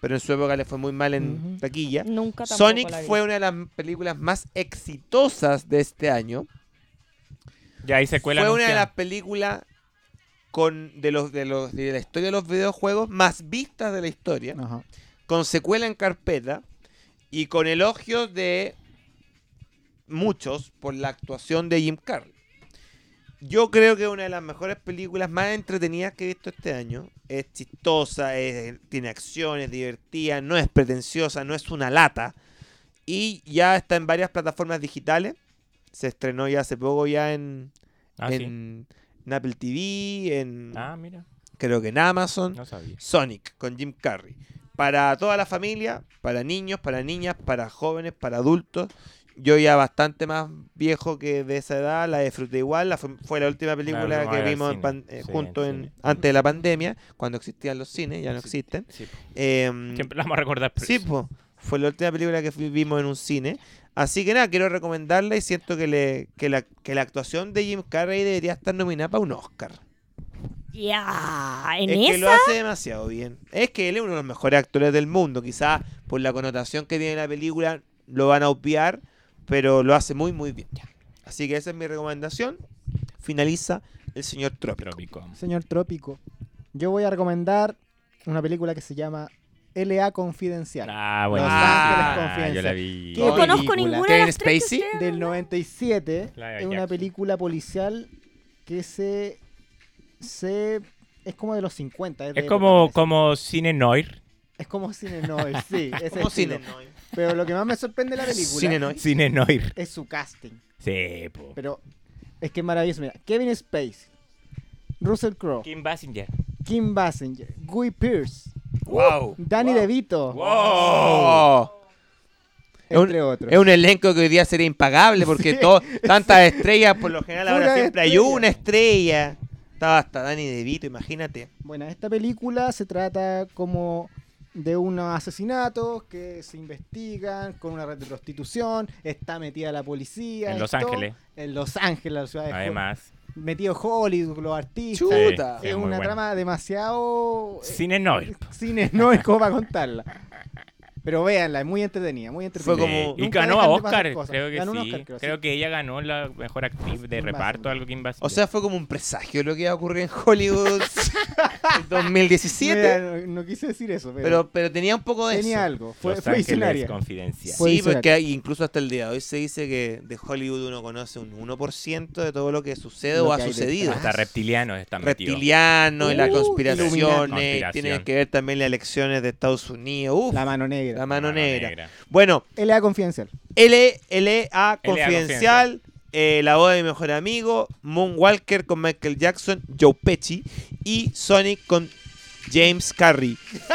E: pero en su época le fue muy mal en
C: Ujú.
E: taquilla.
G: Nunca tampoco
E: Sonic
G: la vi.
E: fue una de las películas más exitosas de este año.
D: Ya hay secuela.
E: Fue una de las
D: anunciada.
E: películas con de los de los de la historia de los videojuegos más vistas de la historia,
C: Ajá.
E: con secuela en carpeta y con elogios de muchos por la actuación de Jim Carrey. Yo creo que es una de las mejores películas más entretenidas que he visto este año. Es chistosa, es- tiene acción, es divertida, no es pretenciosa, no es una lata. Y ya está en varias plataformas digitales. Se estrenó ya hace poco ya en,
D: Ah, sí.
E: en, en Apple TV, en
D: Ah, mira.
E: creo que en Amazon.
D: No sabía.
E: Sonic con Jim Carrey. Para toda la familia, para niños, para niñas, para jóvenes, para adultos. Yo ya bastante más viejo que de esa edad, la disfruté igual. La fu- fue, la última película
D: última
E: que
D: vez al
E: vimos en
D: cine.
E: pan- eh,
D: Sí,
E: juntos
D: en
E: en-
D: cine.
E: antes de la pandemia, cuando existían los cines, ya no
D: Sí,
E: existen.
D: sí, po.
E: Em,
D: Siempre la vamos a recordar. por
E: Sí,
D: eso.
E: po. Fue la última película que fui- vimos en un cine. Así que nada, quiero recomendarla y siento que, le, que, la, que la actuación de Jim Carrey debería estar nominada para un Oscar.
G: Ya, en
E: es que
G: esa.
E: lo hace demasiado bien. Es que él es uno de los mejores actores del mundo. Quizás por la connotación que tiene la película lo van a obviar, pero lo hace muy, muy bien. Así que esa es mi recomendación. Finaliza El Señor Trópico.
D: Trópico.
C: Señor Trópico, yo voy a recomendar una película que se llama LA Confidencial.
D: Ah, bueno.
C: Los
D: Ah,
C: Ángeles Confidencial.
D: yo la vi.
C: ¿Qué
G: No conozco
E: película.
G: ninguna de
E: Kevin
G: las tres que
E: Spacey.
G: ustedes
C: Del 97
D: La de
C: es una
D: Jackson.
C: película policial que se, se es como de los 50. de
D: Es
C: época,
D: como,
C: parece.
D: como cine noir.
C: es como cine noir, sí, ese
E: Como
C: estilo.
E: cine, ¿no?
C: Pero lo que más me sorprende de la película
E: Cine noir.
D: Cine noir.
C: es su casting.
D: Sí, po.
C: Pero es que es maravilloso. Mira, Kevin Spacey, Russell Crowe,
D: Kim Basinger.
C: Kim Basinger, Guy Pearce,
E: Uh.
D: Wow.
C: Danny DeVito,
D: Wow.
E: Oh. Es un-
C: entre otros.
E: Es un elenco que hoy día sería impagable porque
C: Sí,
E: todo- tantas estrellas, por lo general ahora
C: Puras
E: siempre hay
C: estrellas.
E: una estrella. Estaba hasta Danny DeVito, imagínate.
C: Bueno, esta película se trata como de unos asesinatos que se investigan con una red de prostitución, está metida la policía.
D: En
C: es
D: Los
C: todo-
D: Ángeles.
C: En Los Ángeles, la ciudad de Hollywood.
D: Además.
C: Metido Hollywood, los artistas.
E: Chu- Puta.
D: Sí,
C: es
D: muy
C: una
D: buena.
C: trama demasiado... eh,
D: Cine noir.
C: Cine no es como para contarla. Pero véanla, es muy entretenida, muy entretenida.
E: Fue como-
D: Sí. Y
C: Nunca
D: ganó
C: dejan
D: a
C: de pasar
D: Oscar,
C: cosas.
D: creo que
C: Ganó un
D: sí.
C: Oscar, creo,
D: creo
C: sí.
D: que ella ganó la mejor actriz de
C: Kim
D: reparto,
C: Basinger.
D: algo que Basinger.
E: O sea, fue como un presagio lo que iba a ocurrir en Hollywood en 2017.
C: Mira, no, no quise decir eso, pero,
E: Pero, pero tenía un poco de
C: tenía
E: eso.
C: algo. Fue,
D: Los
C: fue
D: Ángeles
C: visionaria.
D: Confidencial.
C: Fue
E: sí,
C: visionario.
E: porque hay- incluso hasta el día de hoy se dice que de Hollywood uno conoce un 1% de todo lo que sucede
C: Lo
E: o ha
C: que hay
E: sucedido.
C: detrás.
D: Hasta reptilianos están metidos.
E: Reptiliano y las
C: Uh,
E: conspiraciones.
D: Illuminati.
E: Tienen que ver también las elecciones de Estados Unidos. Uf,
C: La
E: la,
C: mano negra.
E: mano, negra. Bueno,
C: LA Confidencial.
E: L- LA Confidencial,
D: Confidencial.
E: eh, La voz de mi mejor amigo, Moonwalker con Michael Jackson, Joe Pesci y Sonic con James Carrey,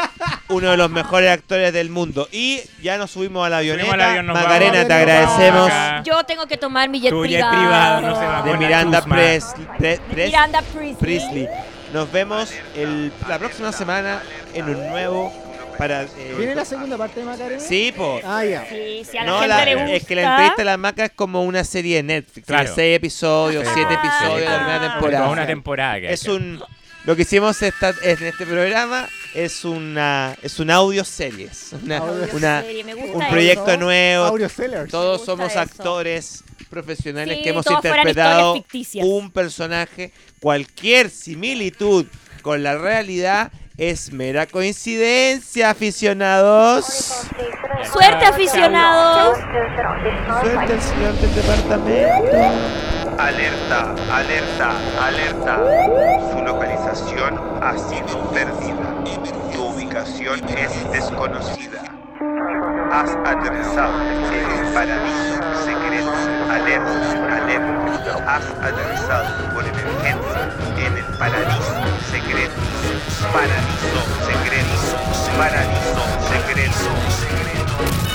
E: uno de los mejores actores del mundo. Y ya nos subimos a la
D: Subimos
E: avioneta.
D: al avión, nos
E: Macarena,
C: vamos.
E: te agradecemos.
D: Acá.
G: Yo tengo que tomar mi jet
D: Tu jet
G: privado.
D: privado, no se va a
E: De
D: Hola,
E: Miranda
D: Chusma.
E: Presley. Pre- Pres-
G: Miranda Priestley.
E: Priestley. Nos vemos el- la próxima semana en un nuevo para. eh,
C: ¿Viene la segunda parte de Macarena?
E: Sí, po.
C: Ah, ya.
G: Sí, si a la
E: No,
G: gente
E: la- eh,
G: le gusta.
E: es que la entrevista de la maca es como una serie de Netflix. Tiene
D: Claro.
E: seis episodios,
D: Sí,
E: siete
G: Ah,
D: po.
E: episodios
D: Sí,
E: de la primera
G: po.
D: Toda
E: temporada.
D: una temporada. que
E: es
D: hay que-
E: un. Lo que hicimos esta, en este programa es una es un audio series. Una,
G: Audio
E: una-
G: serie, me gusta
E: un
G: eso.
E: proyecto nuevo.
C: Audio Sellers.
E: Todos
G: gusta
E: somos
G: eso.
E: actores profesionales
G: Sí,
E: que hemos
G: todas fueran
E: interpretado
G: historias ficticias.
E: un personaje. Cualquier similitud con la realidad es mera coincidencia, aficionados.
G: Suerte, aficionados.
E: Suelta el señor del departamento.
B: Alerta, alerta, alerta. Su localización ha sido perdida. Tu ubicación es desconocida. Has aterrizado en el paraíso secreto. Alerta, alerta. Has aterrizado por emergencia en el paraíso secreto. Paraíso secreto. Paraíso secreto.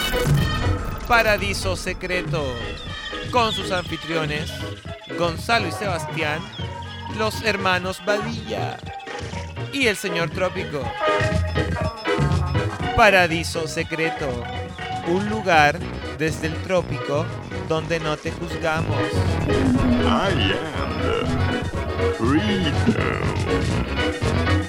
B: secreto.
E: Paradiso Secreto, con sus anfitriones, Gonzalo y Sebastián, los hermanos Badilla y el señor Trópico. Paradiso Secreto, un lugar desde el trópico donde no te juzgamos.
C: I am the reader.